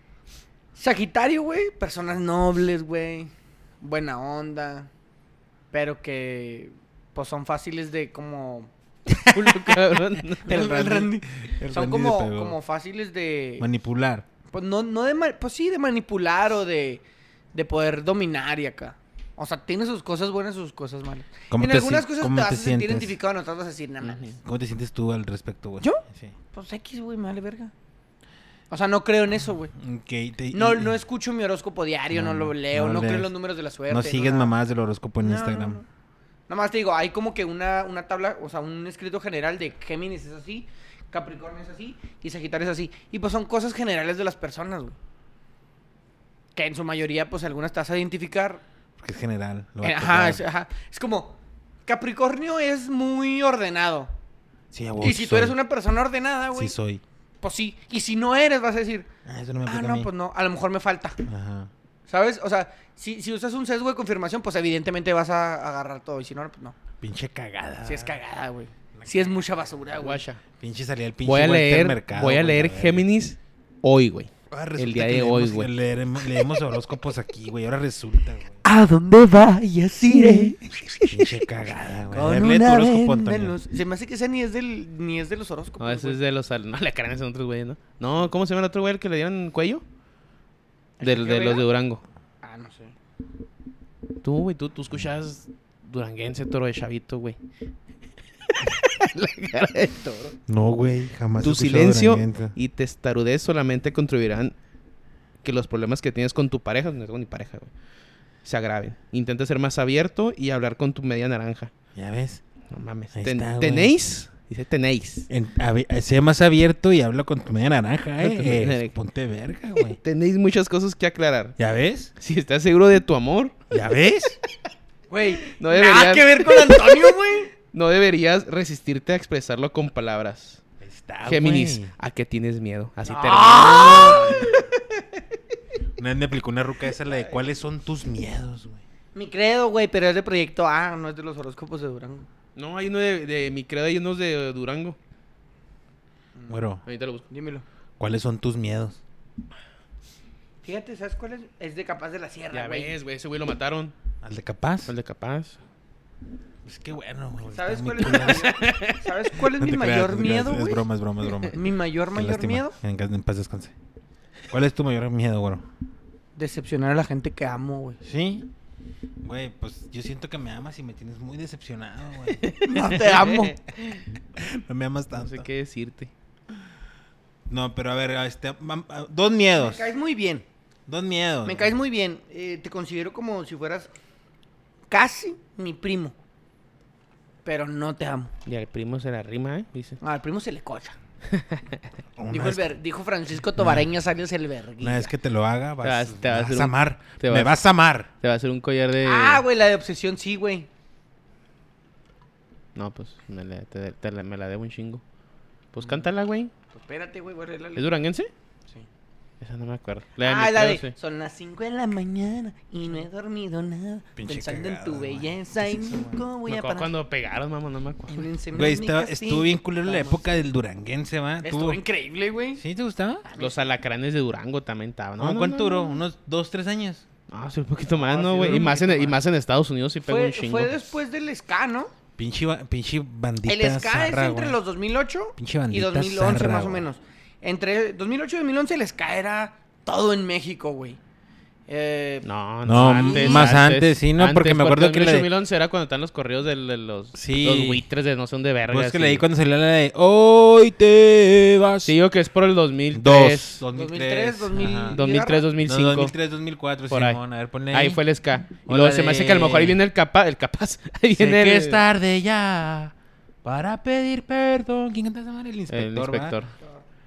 S2: Sagitario, güey. Personas nobles, güey. Buena onda. Pero que, pues, son fáciles de como...
S3: [laughs] Culo, cabrón.
S2: [laughs] El Randy.
S1: el
S2: Son
S1: Randy
S2: como,
S1: le pegó.
S2: como fáciles de...
S1: Manipular.
S2: Pues no, no de ma- pues sí, de manipular o de, de poder dominar y acá. O sea, tiene sus cosas buenas y sus cosas malas.
S1: ¿Cómo
S2: en
S1: te
S2: algunas
S1: si-
S2: cosas te
S1: cómo
S2: vas a
S1: te
S2: sentir
S1: sientes?
S2: identificado, en otras vas a decir, nada más.
S3: Ujú.
S1: ¿Cómo te sientes tú al respecto, güey?
S2: ¿Yo?
S1: Sí.
S2: Pues X, güey, me vale verga. O sea, no creo en eso, güey.
S1: Ok, te-
S2: No,
S1: y-
S2: no escucho mi horóscopo diario, no,
S1: No,
S2: lo
S1: no,
S2: leo,
S1: no
S2: no, creo en
S1: lees.
S2: los números de la suerte.
S1: No sigues
S2: nada.
S1: mamás del horóscopo en
S2: No, no,
S1: Instagram.
S2: no. Nada más te digo, hay como que una, una tabla, o sea, un escrito general de Géminis es así, Capricornio es así y Sagitario es así. Y pues son cosas generales de las personas, güey. Que en su mayoría, pues algunas te vas a identificar.
S1: Porque es general. lo va
S2: Eh,
S1: a
S2: ajá,
S1: tocar.
S2: es, ajá. Es como, Capricornio es muy ordenado.
S1: Sí, a vos
S2: y si tú
S1: Oh, soy.
S2: eres una persona ordenada, güey,
S1: Sí, soy.
S2: pues sí. Y si no eres, vas a decir,
S1: Ah, eso no me
S2: ah,
S1: aplica a
S2: no,
S1: mí.
S2: pues no, a lo mejor me falta.
S1: Ajá.
S2: ¿Sabes? O sea, si, si usas un sesgo de confirmación, pues evidentemente vas a agarrar todo. Y si no, pues no.
S1: Pinche cagada.
S2: Si es cagada, güey. Si es mucha basura, güey.
S3: Guacha.
S1: Pinche salía el pinche
S3: Voy a
S1: Walter
S3: leer,
S1: Mercado,
S3: voy a
S1: güey,
S3: leer
S1: verga.
S3: Géminis hoy, güey.
S1: Ahora Ah, resulta
S3: el día
S1: que
S3: de hoy,
S1: leemos-
S3: güey.
S1: Leeremos, leemos horóscopos aquí, güey. Ahora resulta, güey.
S3: Ah.
S2: A dónde vayas iré.
S1: Pinche cagada, güey. A ver,
S2: Con
S1: lee tu
S2: una
S1: horóscopo,
S2: venda en
S1: Antonio.
S2: los- Se me hace que esa ni es del ni es de los horóscopos.
S3: No, ese
S2: güey.
S3: es de los... al- [laughs] No, le creen a otros güeyes, ¿no? No, ¿cómo se llama el otro güey al que le dieron el cuello?
S2: ¿El
S3: Del,
S2: que
S3: de los
S2: vea?
S3: de Durango.
S2: Ah, no sé.
S3: Tú, güey, tú, tú escuchas duranguense, toro de chavito, güey. La cara de toro.
S1: No, güey, jamás. he
S3: Tu
S1: escuchado
S3: silencio
S1: Duranguense.
S3: y testarudez solamente contribuirán que los problemas que tienes con tu pareja, no tengo ni pareja, güey, se agraven. Intenta ser más abierto y hablar con tu media naranja.
S1: Ya ves.
S3: No mames.
S1: Ahí
S3: Ten-
S1: está, güey.
S3: ¿Tenéis? Dice tenéis.
S1: En- a ver, eh, sé más abierto y habla con tu media naranja,
S3: Con tu media
S1: eh. Eh,
S3: naranja.
S1: Ponte verga, güey.
S3: Tenéis muchas cosas que aclarar.
S1: ¿Ya ves?
S3: Si estás seguro de tu amor,
S1: ¿Ya
S3: [laughs]
S1: ves?
S2: Güey,
S3: No
S2: nada
S3: debería-
S2: que ver con Antonio, güey.
S3: no deberías resistirte a expresarlo con palabras.
S1: Ahí Está,
S3: Géminis,
S1: Ah, güey.
S3: ¿a qué tienes miedo? Así termina.
S2: ¡Ah!
S1: Una vez me aplicó una ruca esa, la de cuáles son tus miedos, güey.
S2: Mi credo, güey, pero es de proyecto A, no es de los horóscopos de Durango.
S3: No, hay uno de, de mi credo, hay unos de Durango.
S1: Bueno,
S3: Ahorita lo busco.
S2: Dímelo.
S1: ¿cuáles son tus miedos?
S2: Fíjate, ¿sabes cuál es? Es de Capaz de la Sierra,
S3: Ya
S2: güey.
S3: ves, güey, ese güey lo mataron.
S1: ¿Al de capaz?
S3: El de capaz.
S1: Es que bueno, güey.
S2: ¿Sabes
S1: pues, está
S2: [laughs] cuál
S1: muy
S2: es mi
S1: culero.
S2: mayor-
S1: [laughs]
S2: ¿Sabes cuál es
S1: No
S2: mi
S1: te creas,
S2: mayor
S1: no te creas,
S2: miedo,
S1: Es
S2: güey?
S1: broma, es broma, es broma.
S2: [laughs] Mi mayor,
S1: Qué
S2: mayor
S1: lástima.
S2: miedo.
S1: En, en paz descanse. ¿Cuál es tu mayor miedo, güey?
S2: Decepcionar a la gente que
S1: [laughs]
S2: amo, güey.
S1: Sí. Güey, pues yo siento que me amas y me tienes muy decepcionado, güey.
S2: [laughs] No te amo.
S1: No me amas
S3: No
S1: tanto.
S3: sé
S1: No,
S3: qué decirte.
S1: pero a ver, este, mam- ah, dos
S2: Me
S1: miedos.
S2: caes muy bien.
S1: Dos miedos.
S2: Me
S1: güey.
S2: caes muy bien. eh, te considero como si fueras casi mi primo. Pero no te amo.
S3: Y al primo se la rima, ¿eh? Dice.
S2: Al primo se le cocha.
S1: Una
S2: Dijo, el
S1: vez-
S2: ver- dijo Francisco Tobareño Salios el verguilla.
S1: Una vez que te lo haga, vas,
S3: vas- te vas a
S1: vas
S3: hacer un-
S1: a amar.
S3: te
S1: Me
S3: vas-
S1: vas a amar.
S3: Te va a hacer un collar de.
S2: Ah, güey, la de obsesión sí, güey.
S3: No, pues me la, te- te la- me la debo un chingo. Pues cántala, güey.
S2: Pues espérate, güey, voy a arreglarle.
S3: ¿Es duranguense?
S2: Sí.
S3: Esa no me acuerdo. de
S2: Ah,
S3: mi
S2: la
S3: tío,
S2: de,
S3: sí.
S2: Son las 5 de la mañana y no he dormido nada.
S1: Pinche
S2: pensando
S1: cagada,
S2: en tu
S1: güey.
S2: belleza
S1: ¿Qué
S2: y
S1: es eso, güey?
S2: nunca voy
S3: Me
S2: a
S3: acuerdo
S2: parar.
S3: cuando pegaron, mamá, no me acuerdo.
S2: en encima
S1: Güey,
S2: de mi
S1: estaba-
S2: castillo.
S1: estuvo bien culero la
S2: Vamos.
S1: época del duranguense, ¿va?
S2: Estuvo
S1: Tuvo-
S2: increíble, güey.
S1: ¿Sí te gustaba?
S3: Los alacranes de Durango también estaban.
S1: Ah, No,
S3: No, no,
S1: ¿Cuánto
S3: no,
S1: duró?
S3: no.
S1: ¿Unos dos, tres años?
S3: Ah, sí, un poquito más,
S2: Ah,
S3: ¿no,
S2: sí,
S3: güey?
S2: duró
S3: y,
S2: un
S3: más en, e,
S2: poquito
S3: y más en Estados Unidos sí pegó
S2: Fue,
S3: un chingo.
S2: fue después del ska, ¿no?
S1: Pinche, ba- pinche bandita
S2: El ska
S1: zarra,
S2: es entre
S1: güey.
S2: los 2008
S1: Pinche
S2: y
S1: bandita
S2: 2011
S1: zarra,
S2: más o
S1: güey.
S2: menos. Entre 2008 y 2011 el ska era todo en México, güey. Eh,
S3: No,
S1: No,
S3: no, antes,
S1: más antes, sí, no, porque me acuerdo que la de-
S3: 2011 era cuando están los corridos de, de los,
S1: Sí.
S3: los buitres de no sé dónde verga.
S1: Pues que
S3: así.
S1: leí cuando salió la de Hoy te vas.
S3: Sí, yo que es por el 2003.
S1: 2003.
S2: 2003, 2000.
S1: Ajá.
S3: 2003, 2005.
S1: 2003, 2004,
S3: Por ahí.
S1: Simón. A ver, ponle
S3: Ahí fue el ska. Y
S1: O
S3: luego
S1: la
S3: se me hace que a lo mejor ahí
S1: de-
S3: viene el capa, el capaz. [laughs] Ahí
S1: Sé
S3: viene
S1: que
S3: el,
S1: es tarde ya para pedir perdón. ¿Quién canta esa madre? El inspector,
S3: el inspector.
S1: ¿va?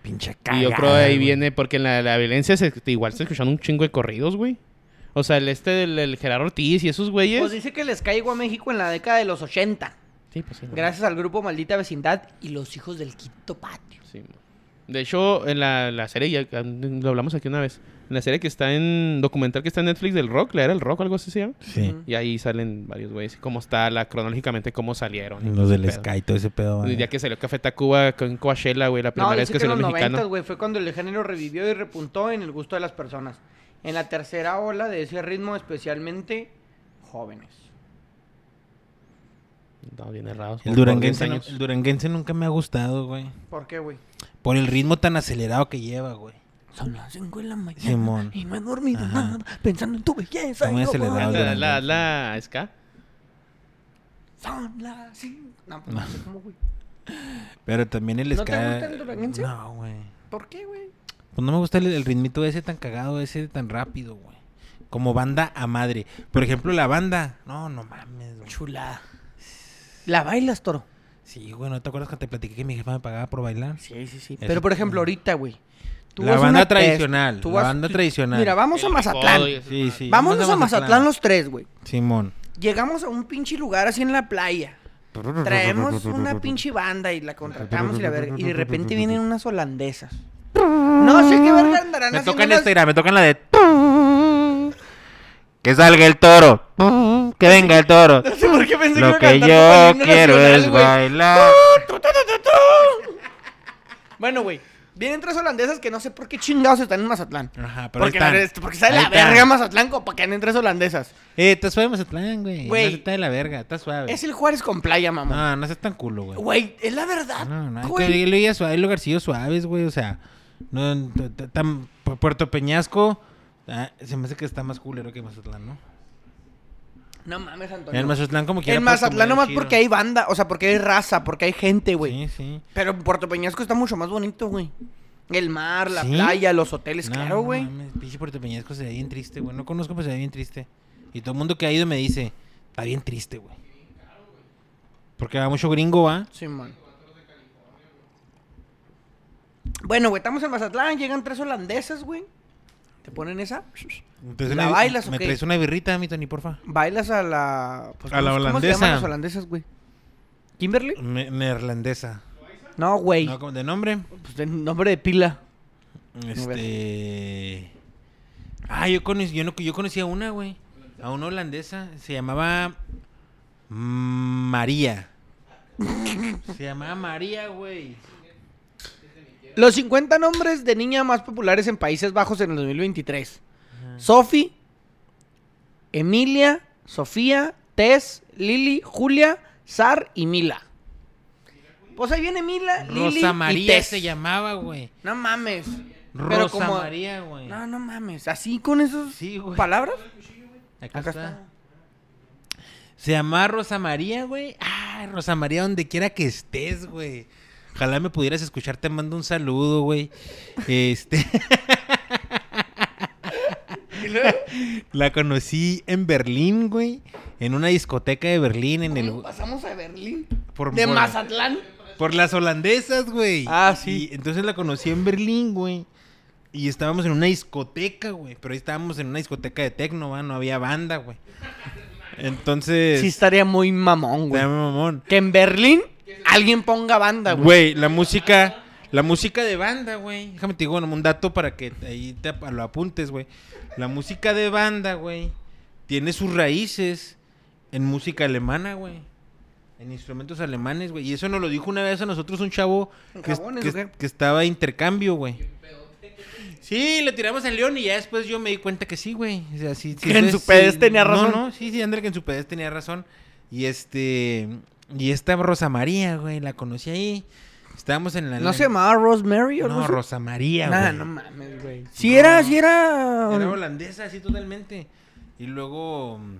S1: Pinche cagada.
S3: Y yo creo ahí
S1: güey.
S3: viene, porque en la, la violencia se, igual se escuchan un chingo de corridos, güey. O sea, el este del el Gerardo Ortiz y esos güeyes.
S2: Pues dice que les caigo a México en la década de los 80.
S3: Sí, pues sí, güey.
S2: Gracias al grupo Maldita Vecindad y los hijos del quinto patio.
S3: Sí, mo. De hecho, en la, la serie, ya ah, lo hablamos aquí una vez, en la serie que está en documental que está en Netflix del rock, la era el rock o algo así se llama.
S1: Sí.
S3: Y ahí salen varios güeyes, y cómo está la cronológicamente, cómo salieron. y
S1: Los
S3: qué
S1: del
S3: pedo.
S1: Sky, todo ese pedo.
S3: Y
S1: güey.
S3: ya que salió Café Tacuba con Coachella, güey, la primera
S2: no,
S3: vez
S2: dice
S3: que
S2: que,
S3: salió
S2: en los 90,
S3: mexicano.
S2: güey, fue cuando el género revivió y repuntó en el gusto de las personas. En la tercera ola de ese ritmo, especialmente jóvenes.
S3: No, bien errados.
S1: El
S3: como por 10
S1: duranguense, no-
S3: años.
S1: el duranguense nunca me ha gustado, güey.
S2: ¿Por qué, güey?
S1: Por el ritmo tan acelerado que lleva, güey.
S2: Son las 5 de la mañana
S1: Simón.
S2: y no he dormido
S1: Ajá.
S2: nada pensando en tu belleza.
S1: Está muy
S2: y no
S1: acelerado,
S2: puedo-
S1: güey.
S3: La, la, la, ska.
S2: Son las 5. No, pues no, sé cómo, güey.
S1: Pero también el
S2: ¿No
S1: Sky.
S2: te gusta el duranguense?
S1: No, güey.
S2: ¿Por qué, güey?
S1: Pues no me gusta el, el ritmito ese tan cagado, ese tan rápido, güey. Como banda a madre. Por ejemplo, la banda. No, no mames, güey.
S2: Chulada. ¿La bailas, toro?
S1: Sí, güey, ¿no te acuerdas que te platiqué que mi jefa me pagaba por bailar?
S2: Sí, sí, sí.
S1: Eso
S2: Pero, por ejemplo,
S1: sí.
S2: ahorita, güey. tú
S1: La
S2: vas a
S1: banda
S2: una pes-
S1: tradicional,
S2: tú
S1: la banda
S2: tú-
S1: tradicional.
S2: Mira, vamos a
S3: El
S2: Mazatlán.
S3: recodo y eso,
S1: Sí,
S3: madre.
S1: sí.
S2: Vámonos a Mazatlán los tres, güey.
S1: Simón.
S2: Llegamos a un pinche lugar así en la playa. Traemos una pinche banda y la contratamos y la verga. Y de repente vienen unas holandesas. No sé qué verga andarán
S1: Me este
S2: haciendo
S1: tocan
S2: unas-
S1: esta, mira, me tocan la de.
S4: Que salga el toro. Que venga el toro.
S2: [laughs] No sé por qué pensé
S4: Lo
S2: que
S4: que
S2: iban cantando
S4: yo
S2: con el himno
S4: quiero
S2: nacional,
S4: es
S2: güey.
S4: bailar.
S2: Bueno, güey. Vienen tres holandesas que no sé por qué chingados están en Mazatlán.
S1: Ajá, pero
S2: Porque,
S1: ahí
S2: la-
S1: están.
S2: porque sale
S1: Ahí
S2: la
S1: están.
S2: verga Mazatlán como para que anden tres holandesas.
S1: Eh, está suave Mazatlán, güey.
S2: Güey.
S1: No está de la verga, está suave.
S2: Es el Juárez con playa, mamá.
S1: No, no seas tan culo, güey.
S2: Güey, es la verdad.
S1: Ah. No, no, hay
S2: Ah, güey.
S1: que- hay lugares suaves, hay lugarcillos suaves, güey. O sea, no, t- t- tan- Pu- Puerto Peñasco ah, se me hace que está más culero que Mazatlán, ¿no?
S2: No mames, Antonio.
S1: En Mazatlán como quiera.
S2: En
S1: puedes comer
S2: Mazatlán nomás
S1: chido.
S2: porque hay banda, o sea, porque hay raza, porque hay gente, güey.
S1: Sí, sí.
S2: Pero Puerto Peñasco está mucho más bonito, güey. El mar, la
S1: ¿Sí?
S2: playa, los hoteles,
S1: No,
S2: claro,
S1: no
S2: güey.
S1: mames, Pinche Puerto Peñasco se ve bien triste, güey. No conozco, pero se ve bien triste. Y todo el mundo que ha ido me dice, está bien triste, güey. Porque va mucho gringo, va.
S2: Sí, man. Bueno, güey, estamos en Mazatlán, llegan tres holandesas, güey. Te ponen esa.
S1: Entonces,
S2: ¿La
S1: una-
S2: bailas o
S1: Me
S2: qué?
S1: traes una birrita, mi Tony, porfa.
S2: Bailas a la. pues,
S1: A la
S2: ¿cómo- ¿Cómo se
S1: holandesa.
S2: llaman las holandesas, güey? ¿Kimberly?
S1: Me- neerlandesa.
S2: No, güey.
S1: No, como de nombre.
S2: Pues de nombre de pila.
S1: Este. Ah, yo conocí, yo, no, yo conocí a una, güey. A una holandesa. Se llamaba. María.
S2: [laughs]
S1: Se llamaba María, güey.
S2: Los 50 nombres de niña más populares en Países Bajos en el 2023. Sophie, Emilia, Sofía, Tess, Lili, Julia, Sar y Mila. Pues ahí viene Mila, Lili
S1: Rosa
S2: y
S1: María
S2: Tess.
S1: se llamaba, güey.
S2: No mames.
S1: Rosa
S2: como-
S1: María, güey.
S2: No, no mames. ¿Así con esas
S1: Sí, güey.
S2: palabras?
S1: Acá,
S2: Acá
S1: está.
S2: está.
S1: Se llamaba Rosa María, güey. Ay, Rosa María, donde quiera que estés, güey. Ojalá me pudieras escuchar, te mando un saludo, güey. Este. La conocí en Berlín, güey. En una discoteca de Berlín, en el.
S2: ¿Cómo Pasamos a Berlín.
S1: Por,
S2: De
S1: por-
S2: Mazatlán.
S1: por las holandesas, güey.
S2: Ah, sí.
S1: Y entonces la conocí en Berlín, güey. Y estábamos en una discoteca, güey. Pero ahí estábamos en una discoteca de tecno, ¿va? No había banda, güey. Entonces.
S2: Sí estaría muy mamón,
S1: Te
S2: güey.
S1: amo, mamón.
S2: Que en Berlín alguien ponga banda, güey.
S1: Güey, la música. La música de banda, güey. Déjame te digo un dato para que ahí te ap- lo apuntes, güey. La música de banda, güey, tiene sus raíces en música alemana, güey. En instrumentos alemanes, güey. Y eso nos lo dijo una vez a nosotros un chavo
S2: ¿En
S1: que,
S2: jabones
S1: que-
S2: o qué?
S1: que estaba de intercambio, güey. Sí, lo tiramos al león y ya después yo me di cuenta que sí, güey. O sea, sí, sí,
S2: Que en
S1: ves,
S2: su
S1: sí.
S2: pedez tenía razón.
S1: No, no, sí, sí, André, que en su pedez tenía razón. Y este. Y esta Rosa María, güey, la conocí ahí. Estábamos en la.
S2: ¿No se llamaba Rosemary o algo
S1: No,
S2: así?
S1: Rosa María, güey.
S2: Nah, no mames, güey. Si era, si era...
S1: Era holandesa, así totalmente. Y luego mm,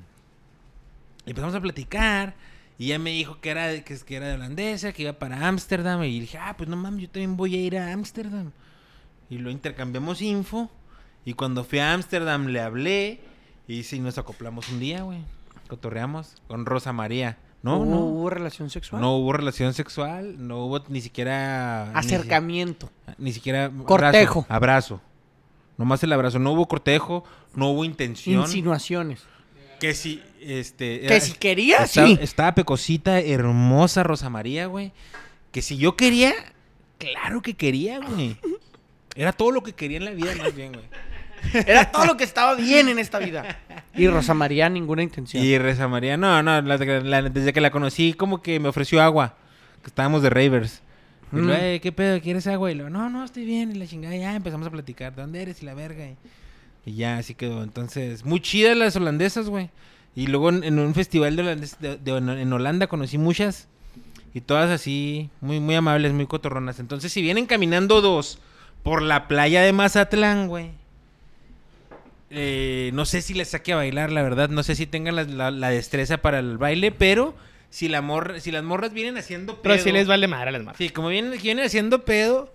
S1: empezamos a platicar. Y ella me dijo que era, de- que, que era de holandesa, que iba para Ámsterdam. Y dije, ah, pues no mames, yo también voy a ir a Ámsterdam. Y lo intercambiamos info. Y cuando fui a Ámsterdam le hablé. Y sí, nos acoplamos un día, güey. Cotorreamos con Rosa María. No,
S2: ¿No,
S1: no.
S2: hubo relación sexual?
S1: No hubo relación sexual, no hubo ni siquiera... ni si-
S2: Acercamiento.
S1: ni siquiera abrazo,
S2: Cortejo.
S1: Abrazo. Nomás el abrazo. No hubo cortejo, no hubo intención.
S2: Insinuaciones.
S1: Que si, este.
S2: Que si quería,
S1: estaba,
S2: sí.
S1: estaba pecosita, hermosa Rosa María, güey. Que si yo quería, claro que quería, güey. Era todo lo que quería en la vida, más bien, güey.
S2: Era todo lo que estaba bien en esta vida.
S1: [laughs]
S2: Y Rosa María, ninguna intención.
S1: Y Rosa María, no, no, la- la- desde que la conocí, como que me ofreció agua. Que estábamos de ravers. Y
S2: Mm.
S1: luego, "Eh, ¿qué pedo? ¿Quieres agua? Y lo, no, no, estoy bien. Y la chingada, ya empezamos a platicar. ¿De dónde eres? Y la verga. Y, y ya, así quedó. Entonces, muy chidas las holandesas, güey. Y luego en, en un festival de holandes, de- de- en Holanda conocí muchas. Y todas así, muy, muy amables, muy cotorronas. Entonces, si vienen caminando dos por la playa de Mazatlán, güey. eh, no sé si les saque a bailar, la verdad. No sé si tengan la, la- la destreza para el baile, pero si, la morra- si las morras vienen haciendo
S3: Pero
S1: pedo-
S3: sí les vale madre a las marcas.
S1: Sí, como vienen, vienen haciendo pedo,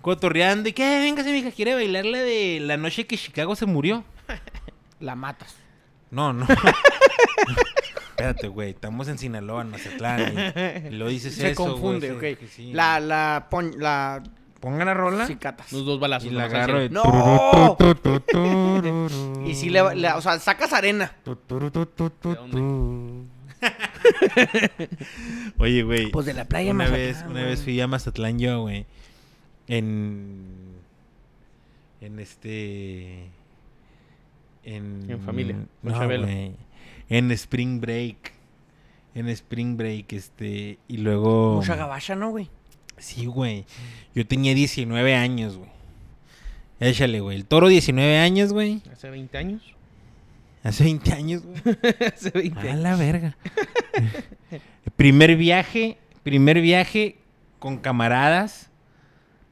S1: cotorreando y que "Eh, venga, mija, quiere bailar la de la noche que Chicago se murió.
S2: La matas.
S1: No,
S2: [laughs]
S1: no. Espérate, güey, estamos en Sinaloa, en Mazatlán. Y, y lo dices
S2: Se
S1: eso, güey,
S2: confunde,
S1: sí,
S2: ok.
S1: que sí.
S2: La, la, pon- la...
S1: Pongan la rola
S2: Cicatas.
S3: Los dos balazos.
S1: y la
S3: nomás al
S1: agarro.
S3: cielo.
S1: y-
S2: No.
S1: [laughs]
S2: Y si le, le- o sea, sacas arena.
S1: Oye, güey.
S2: Pues de la playa
S1: una
S2: Mazatlán,
S1: vez, una
S2: güey.
S1: vez fui a Mazatlán yo, güey. En. En este. En.
S3: En familia,
S1: No,
S3: con Chabelo.
S1: güey. En Spring Break. En Spring Break, este. Y luego.
S2: Mucha gabacha, ¿no, güey?
S1: Sí, güey. Yo tenía 19 años, güey. Échale, güey. El toro 19 años, güey.
S3: Hace 20 años.
S1: Hace 20 años, güey.
S3: Hace 20
S1: A
S3: años.
S1: la verga. [laughs] primer viaje, primer viaje con camaradas.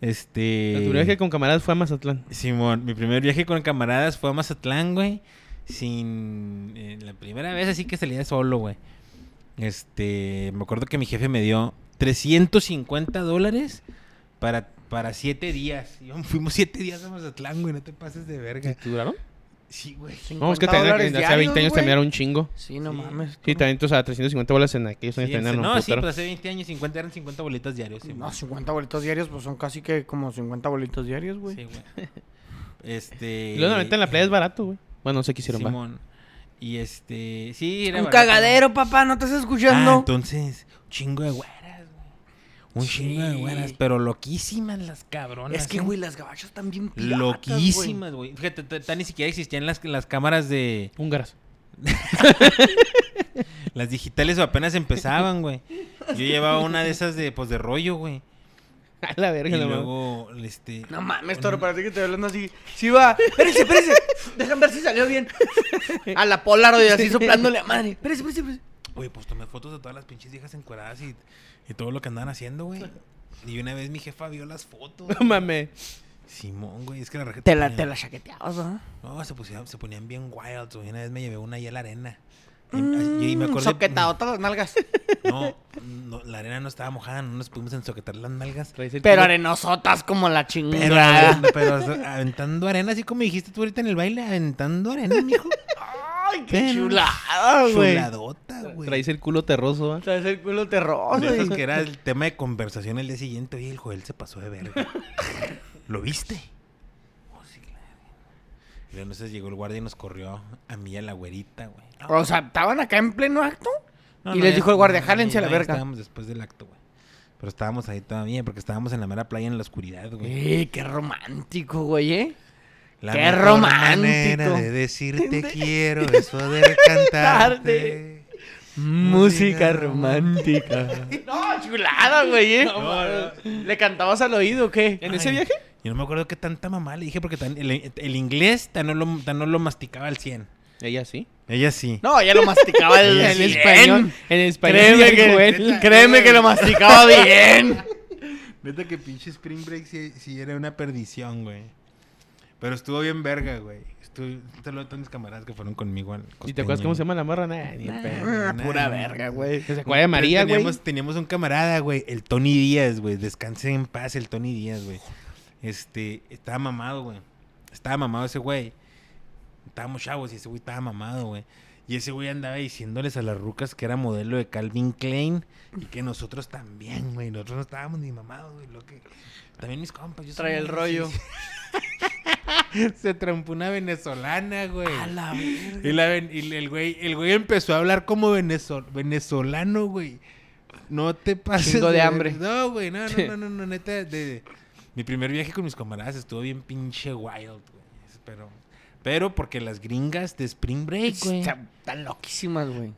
S1: Este.
S3: Tu viaje con camaradas fue a Mazatlán.
S1: Simón, mi primer viaje con camaradas fue a Mazatlán, güey. Sin. eh, la primera vez así que salía solo, güey. Este. Me acuerdo que mi jefe me dio 350 dólares para, para siete días. Y fuimos siete días a Mazatlán, güey. No te pases de verga.
S3: ¿Te duraron?
S1: Sí, güey.
S3: No, es
S2: 50
S3: que también
S2: dólares
S3: hace 20
S2: diarios,
S3: años
S2: güey.
S3: te miraron un chingo.
S2: Sí, no
S1: Sí.
S2: mames.
S3: Sí, también, o sea, 350 bolas en aquellos años
S1: Sí,
S3: también
S1: hace-
S3: eran un
S1: no, sí, pues, eh,
S3: putero.
S1: pero hace 20 años 50 eran 50 boletas diarios. Simón.
S2: No, 50 boletos diarios, pues son casi que como 50 boletos diarios, güey.
S1: Sí, güey. Este.
S3: Y luego, normalmente, en la playa es barato, güey. Bueno, no sé qué hicieron, va.
S1: Simón. Y este. Sí, era
S2: Un
S1: barato, ¿no?
S2: cagadero, papá, no te estás
S1: Ah,
S2: escuchando.
S1: entonces, un chingo de güeras, güey. Un
S2: Sí.
S1: chingo de güeras, pero loquísimas las cabronas.
S2: es que,
S1: ¿eh?
S2: güey, las gabachas están bien piratas,
S1: Loquísimas, güey. Fíjate, ta- ta- ni siquiera existían las, las cámaras de.
S3: Húngaras.
S1: Las digitales apenas empezaban, güey. Yo llevaba una de esas de, pues, de rollo, güey.
S3: [laughs] A la verga,
S1: Y
S3: la mamá.
S1: luego, este.
S2: No mames,
S1: un-
S2: Toro, parece que estoy hablando así. Sí va. Espérense, espérense. Déjame ver si salió [laughs] bien. A la Polaroid así soplándole a madre. Espérense, espérense, espérense.
S1: Oye, pues tomé fotos de todas las pinches viejas encueradas y, y todo lo que andaban haciendo, güey. Y una vez mi jefa vio las fotos.
S3: [laughs] No mames.
S1: Simón, güey, es que la raqueta.
S2: Te la,
S1: ponía-
S2: te la chaqueteabas, ¿ah?
S1: No, se, pusieron- se ponían bien wild. güey. Una vez me llevé una ahí a la arena. Y,
S2: Mm,
S1: ah, y me acordé.
S2: Soquetado todas las nalgas.
S1: [laughs] No, no, la arena no estaba mojada, no nos pudimos ensoquetar las nalgas.
S3: Traes el
S2: Pero
S3: culo-
S2: arenosotas como la
S1: Pero,
S2: chingada.
S1: pero aventando arena, así como dijiste tú ahorita en el baile, aventando arena, mijo.
S2: Ay,
S1: Pero-
S2: qué chulada, güey.
S1: Chuladota, güey.
S3: Traes el culo terroso, va.
S2: Traes el culo terroso.
S1: De esas
S2: y-
S1: que era el tema de conversación el día siguiente. Oye, el Joel se pasó de verga. ¿Lo viste? Oh, sí, claro. Y luego entonces llegó el guardia y nos corrió a mí y a la güerita, güey.
S2: O sea, estaban acá en pleno acto.
S1: No,
S2: Oh, y
S1: no,
S2: les
S1: ya-
S2: dijo el guardia,
S1: no,
S2: jálense a
S1: ya
S2: la verga.
S1: Estábamos después del acto, güey. Pero estábamos ahí todavía, porque estábamos en la mera playa en la oscuridad, güey.
S2: Eh, qué romántico, güey, ¿eh?
S1: La
S2: ¡Qué
S1: mejor
S2: romántico!
S1: manera de
S2: [laughs]
S1: decirte quiero es poder cantarte. Mm,
S2: Música romántica. [laughs] no, chulada, güey, ¿eh? ¿Le cantabas al oído o qué?
S3: ¿En ese
S1: Ay.
S3: viaje?
S1: Yo no me acuerdo qué tanta mamá le dije, porque tan- el, el inglés tan no, lo, tan no lo masticaba al 100.
S3: Ella sí.
S1: Ella sí.
S2: No, ya lo
S1: [laughs]
S2: masticaba el,
S1: En
S2: bien.
S3: español, en español,
S2: Créeme
S3: dijo
S2: que,
S3: él.
S2: créeme que
S1: [laughs]
S2: lo masticaba bien.
S1: Neta que pinche Spring Break sí, sí era una perdición, güey. Pero estuvo bien verga, güey. Estuve, solo tantos camaradas que fueron conmigo al
S3: ¿Y te acuerdas cómo se llama la morra? Nah, ni el pedo.
S1: Nah.
S2: Pura verga, güey.
S3: ¿Se acuerda de María, güey?
S1: Teníamos, teníamos un camarada, güey, el Tony Díaz, güey. Descanse en paz el Tony Díaz, güey. Este, estaba mamado, güey. Estaba mamado ese güey. Estábamos chavos y ese güey estaba mamado, güey. Y ese güey andaba diciéndoles a las rucas que era modelo de Calvin Klein y que nosotros también, güey. Nosotros no estábamos ni mamados, güey. Lo que... También mis compas. Yo soy
S2: Trae el
S1: sí,
S2: rollo.
S1: sí. [laughs] Se trampó una venezolana, güey.
S2: A la verga.
S1: Y, la ven- y el, güey, el güey empezó a hablar como venezo- venezolano, güey. No te pases.
S2: Chingo de
S1: güey.
S2: hambre.
S1: No, güey, no, no, no, no, no, neta. de- de- Mi primer viaje con mis camaradas estuvo bien pinche wild, güey. Pero, pero porque las gringas de Spring Break, güey.
S2: Está- Están loquísimas, güey.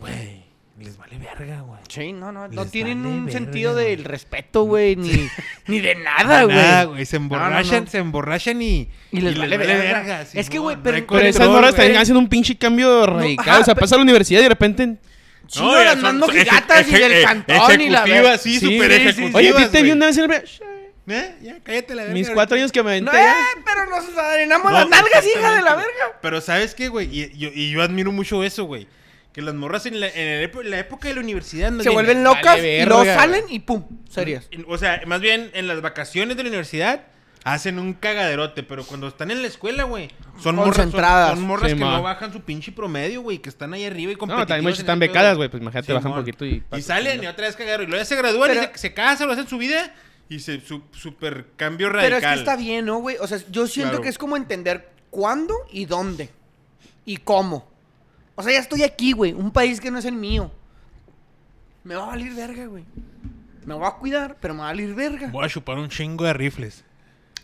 S1: güey, les vale verga, güey.
S2: Sí, no, no. No
S1: Les
S2: tienen
S1: vale
S2: un
S1: verga,
S2: sentido
S1: güey.
S2: del respeto, güey, ni, ni de nada,
S1: Nada,
S2: güey.
S1: güey. Se
S2: no,
S1: emborrachan,
S2: no.
S1: se emborrachan y.
S2: Y les vale verga. Es que, güey, ah,
S1: Simón,
S2: pero-
S1: no hay
S3: Pero esas
S1: control,
S3: morras
S1: güey.
S3: están haciendo un pinche cambio radical. O sea,
S2: ajá,
S3: pasa a la universidad y de repente.
S2: Chino no, andando gigatas y del cantón y la verga.
S1: Ejecutivas, sí,
S3: Sí,
S1: super
S3: sí, sí,
S1: ejecutivas.
S3: Oye, ¿viste? Vi
S1: güey.
S3: una vez en el-
S1: ¿Eh? Ya, cállate la verga.
S3: Mis
S1: ahorita.
S3: cuatro años que me
S2: No,
S3: aventé.
S2: eh,
S3: ya.
S2: pero nos arenamos
S1: No,
S2: las nalgas, hija de la
S1: exactamente,
S2: verga.
S1: güey. Pero ¿sabes qué, güey? Y, yo- y yo admiro mucho eso, güey. Que las morras en la, en el epo- la época de la universidad... más
S2: Se
S1: bien-
S2: vuelven locas,
S3: vale
S2: y luego
S3: verga,
S2: salen y pum, serias.
S1: en- O sea, más bien en las vacaciones de la universidad hacen un cagaderote. Pero cuando están en la escuela, güey, son morras, son-
S2: Concentradas.
S1: son, morras
S3: Sí,
S1: que
S3: ma.
S1: no bajan su pinche promedio, güey. Que están ahí arriba y
S3: No,
S1: competitivas.
S3: también muchas
S1: en
S3: están
S1: el pedo.
S3: becadas, güey. Pues imagínate,
S1: Simón.
S3: bajan un poquito y.
S1: Y salen y otra vez cagaron. Y luego ya se gradúan y
S2: Pero-
S1: se, se casan, lo hacen su vida. Y se su, super cambio radical.
S2: Pero es que está bien, ¿no, güey? O sea, yo siento
S1: Claro.
S2: que es como entender cuándo y dónde. Y cómo. O sea, ya estoy aquí, güey. Un país que no es el mío. Me va a valir verga, güey. Me voy a cuidar, pero me va a valir verga.
S1: Voy a chupar un chingo de rifles.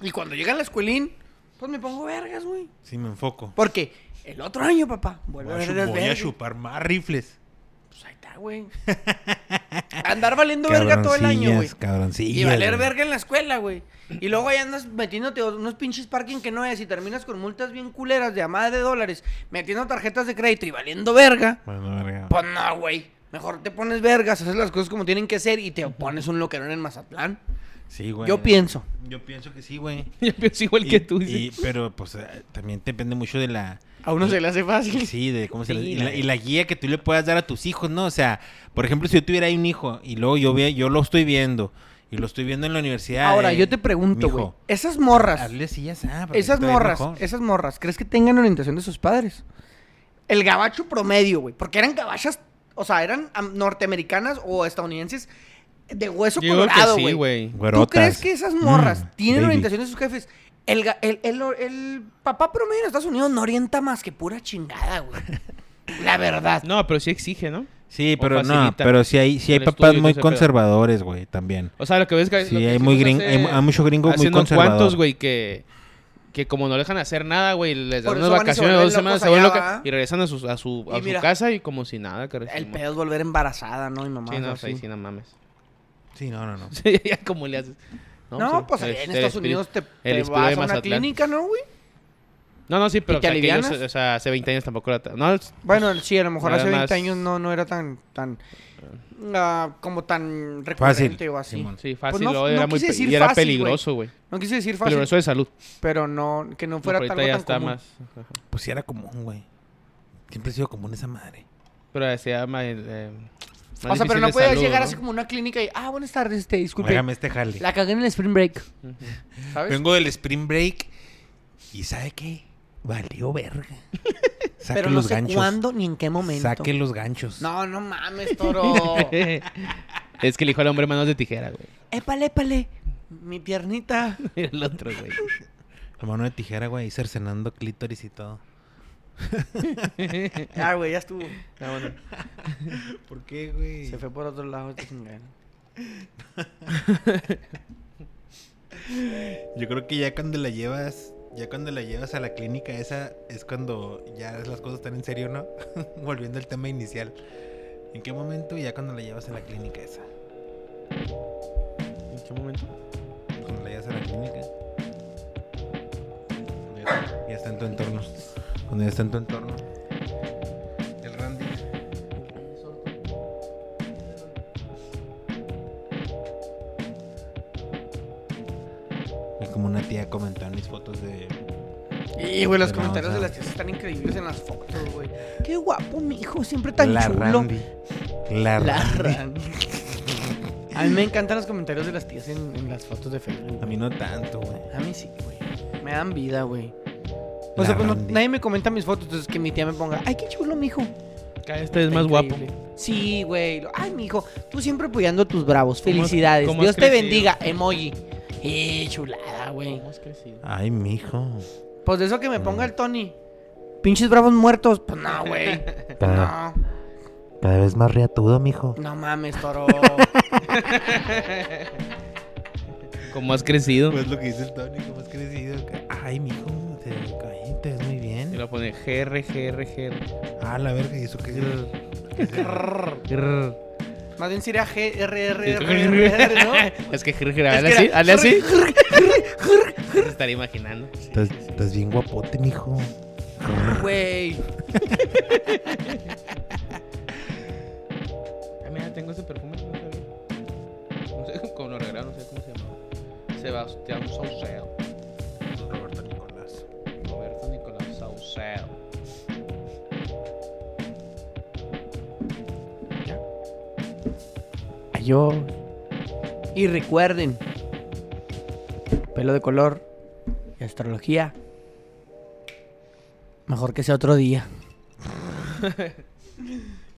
S2: Y cuando llega la escuelín, pues me pongo vergas, güey.
S1: Si me enfoco.
S2: Porque el otro año, papá, vuelve
S1: Voy
S2: a
S1: a,
S2: ver
S1: chu-
S2: las
S1: voy a
S2: vergas.
S1: chupar más rifles.
S2: Pues ahí está, güey.
S1: [laughs]
S2: Andar valiendo verga todo el año, güey.
S1: Cabroncillas,
S2: Y valer
S1: güey.
S2: verga en la escuela, güey. Y luego ahí andas metiéndote unos pinches parking que no es y terminas con multas bien culeras de a más de dólares, metiendo tarjetas de crédito y valiendo verga.
S1: Bueno, verga.
S2: Pues no, güey. Mejor te pones vergas, haces las cosas como tienen que ser y te pones un loquerón en Mazatlán.
S1: Sí, güey.
S2: Yo pienso.
S1: Yo pienso que sí, güey.
S3: [laughs] Yo pienso igual
S1: Y-
S3: que tú.
S1: y-
S3: sí.
S1: pero, pues, eh, también depende mucho de
S2: [laughs]
S1: la...
S2: A uno se le hace fácil.
S1: Sí, de cómo se
S3: Sí,
S1: le- y,
S3: la
S1: la, y
S3: neta.
S1: la guía que tú le puedas dar a tus hijos, ¿no? O sea, por ejemplo, si yo tuviera ahí un hijo y luego yo ve, yo lo estoy viendo y lo estoy viendo en la universidad.
S2: Ahora,
S1: eh,
S2: yo te pregunto,
S1: mijo,
S2: güey. Esas morras.
S1: Hazle sí, ya sabe.
S2: Esas
S1: todavía
S2: morras,
S1: mejor.
S2: esas morras, ¿crees que tengan orientación de sus padres? El gabacho promedio, güey, porque eran gabachas, o sea, eran am, norteamericanas o estadounidenses de hueso
S3: Yo creo que
S2: colorado,
S3: sí,
S2: güey.
S3: güey.
S2: ¿Tú
S1: Güerotas.
S2: crees que esas morras
S1: Mm,
S2: tienen
S1: baby.
S2: orientación de sus jefes? El, ga- el- el- el papá promedio en Estados Unidos no orienta más que pura
S1: [laughs]
S2: chingada, güey. La verdad.
S3: No, pero sí exige, ¿no?
S1: Sí,
S3: o
S1: pero no,
S3: facilita
S1: pero sí hay, sí hay
S3: el
S1: papás
S3: estudio
S1: muy
S3: y todo ese pedo.
S1: conservadores, güey, también.
S3: O sea, lo que ves que.
S1: Sí,
S3: lo que
S1: hay
S3: hicimos
S1: muy gringo,
S3: hace-
S1: hay, hay mucho gringo
S3: hace
S1: muy
S3: unos
S1: conservador.
S3: cuantos, güey, que, que como no le dejan hacer nada, güey, les
S2: Por eso van
S3: dan unas
S2: y se
S3: vacaciones de
S2: vuelven
S3: dos semanas,
S2: locos
S3: se vuelven
S2: allá,
S3: locas
S2: ¿va?
S3: y regresan a su, a su,
S2: Y
S3: a su
S2: mira,
S3: casa y como si nada, cara.
S2: El
S3: pues sí,
S2: pedo es volver embarazada, ¿no? Y mamá.
S3: Sí, no,
S2: así.
S3: sí, sí,
S2: [laughs]
S3: no mames.
S1: Sí, no, no, no.
S3: Sí, [laughs] ya como le haces.
S2: No,
S3: sí, este,
S2: pues
S3: el-
S2: allá en
S3: el
S2: Estados
S3: espíritu-
S2: Unidos te,
S3: el
S2: te
S3: espíritu de
S2: vas a una
S3: Mazatlán.
S2: clínica, ¿no, güey?
S3: No, no, sí, pero
S2: te
S3: que aquellos,
S2: alivianas?
S3: o sea, hace 20 años tampoco era tan... No, es-
S2: Bueno, sí, a lo mejor
S3: Nada
S2: hace 20
S3: más.
S2: años no, no era tan, tan, ah, como tan
S1: Fácil.
S2: recurrente o así.
S1: Simón.
S3: sí, fácil,
S2: pues, no-
S3: luego
S2: no
S3: era muy
S2: quise
S3: pe-
S2: decir
S3: y era
S2: fácil, güey.
S3: peligroso, güey.
S2: No quise decir fácil,
S3: Peligroso de salud.
S2: pero no, que no fuera
S3: No, pero
S2: tan,
S3: ahorita ya
S2: tan
S3: está
S2: común.
S3: más... ajá.
S1: Pues sí era común, güey. Siempre ha sido común esa madre.
S3: Pero se llama el... eh, más
S2: O sea, pero
S3: difícil
S2: no
S3: de
S2: puedes
S3: salud,
S2: llegar
S3: ¿no?
S2: así como a una clínica y, ah, buenas tardes, este, disculpe,
S1: Hágame este jale.
S2: la cagué en el spring break,
S3: Ujú.
S2: ¿sabes?
S1: Vengo del Spring Break y ¿sabe qué? Valió verga. Saque
S2: [laughs] pero no
S1: los
S2: sé
S1: ganchos.
S2: cuándo ni en qué momento.
S1: Saque los ganchos.
S2: No, no [laughs] mames, toro.
S3: [laughs] es que le dijo al hombre manos de tijera, güey. [laughs]
S2: épale, épale, mi piernita.
S3: Mira el otro, güey.
S1: La mano de tijera, güey, ahí cercenando clítoris y todo.
S2: Ah, güey, ya estuvo.
S3: Ah, bueno.
S1: ¿Por qué, güey?
S2: Se fue por otro lado esta chingada.
S1: Yo creo que ya cuando la llevas, ya cuando la llevas a la clínica esa es cuando ya las cosas están en serio, ¿no? [laughs] Volviendo al tema inicial. ¿En qué momento ya cuando la llevas a la clínica esa?
S3: ¿En qué momento?
S1: Cuando la llevas a la clínica. Cuando ya- Ya está en tu entorno. Cuando ya está en tu entorno. El Randy. Y como una tía comentó en mis fotos de
S2: Y, güey, los
S1: Pero vamos
S2: comentarios
S1: a-
S2: de las tías están increíbles en las fotos, güey. Qué guapo, mi hijo, siempre tan
S1: la
S2: chulo.
S1: Randy. La,
S2: La
S1: Randy.
S2: Randy. A mí me encantan los comentarios de las tías en, en las fotos de Facebook.
S1: A mí no tanto, güey.
S2: A mí sí, güey. Me dan vida, güey. O
S1: La
S2: sea, pues no-
S1: Randy.
S2: nadie me comenta mis fotos, entonces que mi tía me ponga, ay, qué chulo, mijo. Está
S3: Cada este es más guapo.
S2: increíble. Sí, güey. Lo- Ay, mijo, tú siempre apoyando a tus bravos. Felicidades.
S3: cómo
S2: Dios
S3: has
S2: te
S3: crecido?
S2: bendiga. Emoji. Eh, chulada, güey.
S3: Ah,
S1: Ay, mijo.
S2: Pues de eso que
S4: Mm.
S2: me ponga el Tony. Pinches bravos muertos. Pues
S3: [laughs]
S2: no, güey.
S4: Cada,
S2: No.
S4: cada vez más riatudo, mijo.
S2: No mames,
S4: [laughs]
S2: toro.
S3: ¿Cómo has crecido?
S1: Pues lo que dice el Tony, ¿cómo has crecido? Ay, mijo, te, ay, te ves muy
S3: Y
S1: bien.
S3: lo pone GR, GR, GR.
S1: Ah, la verga, ¿y eso qué es?
S3: Grr.
S2: Más bien sería G, R, R, R, R, R, ¿no?
S3: Es que GR, GR,
S2: Es
S3: hazle
S2: que
S3: así,
S2: era-
S3: hazle así. Se estaría imaginando.
S1: Estás, estás bien guapote, mijo.
S2: Güey.
S3: Ah, mira, tengo ese perfume. No sé, no sé cómo lo regalaron, no sé cómo se llamaba. Sebastián Saucedo.
S1: Roberto Nicolás.
S3: Roberto Nicolás Saucedo.
S2: Adiós. Y recuerden. Pelo de color y astrología. Mejor que sea otro día.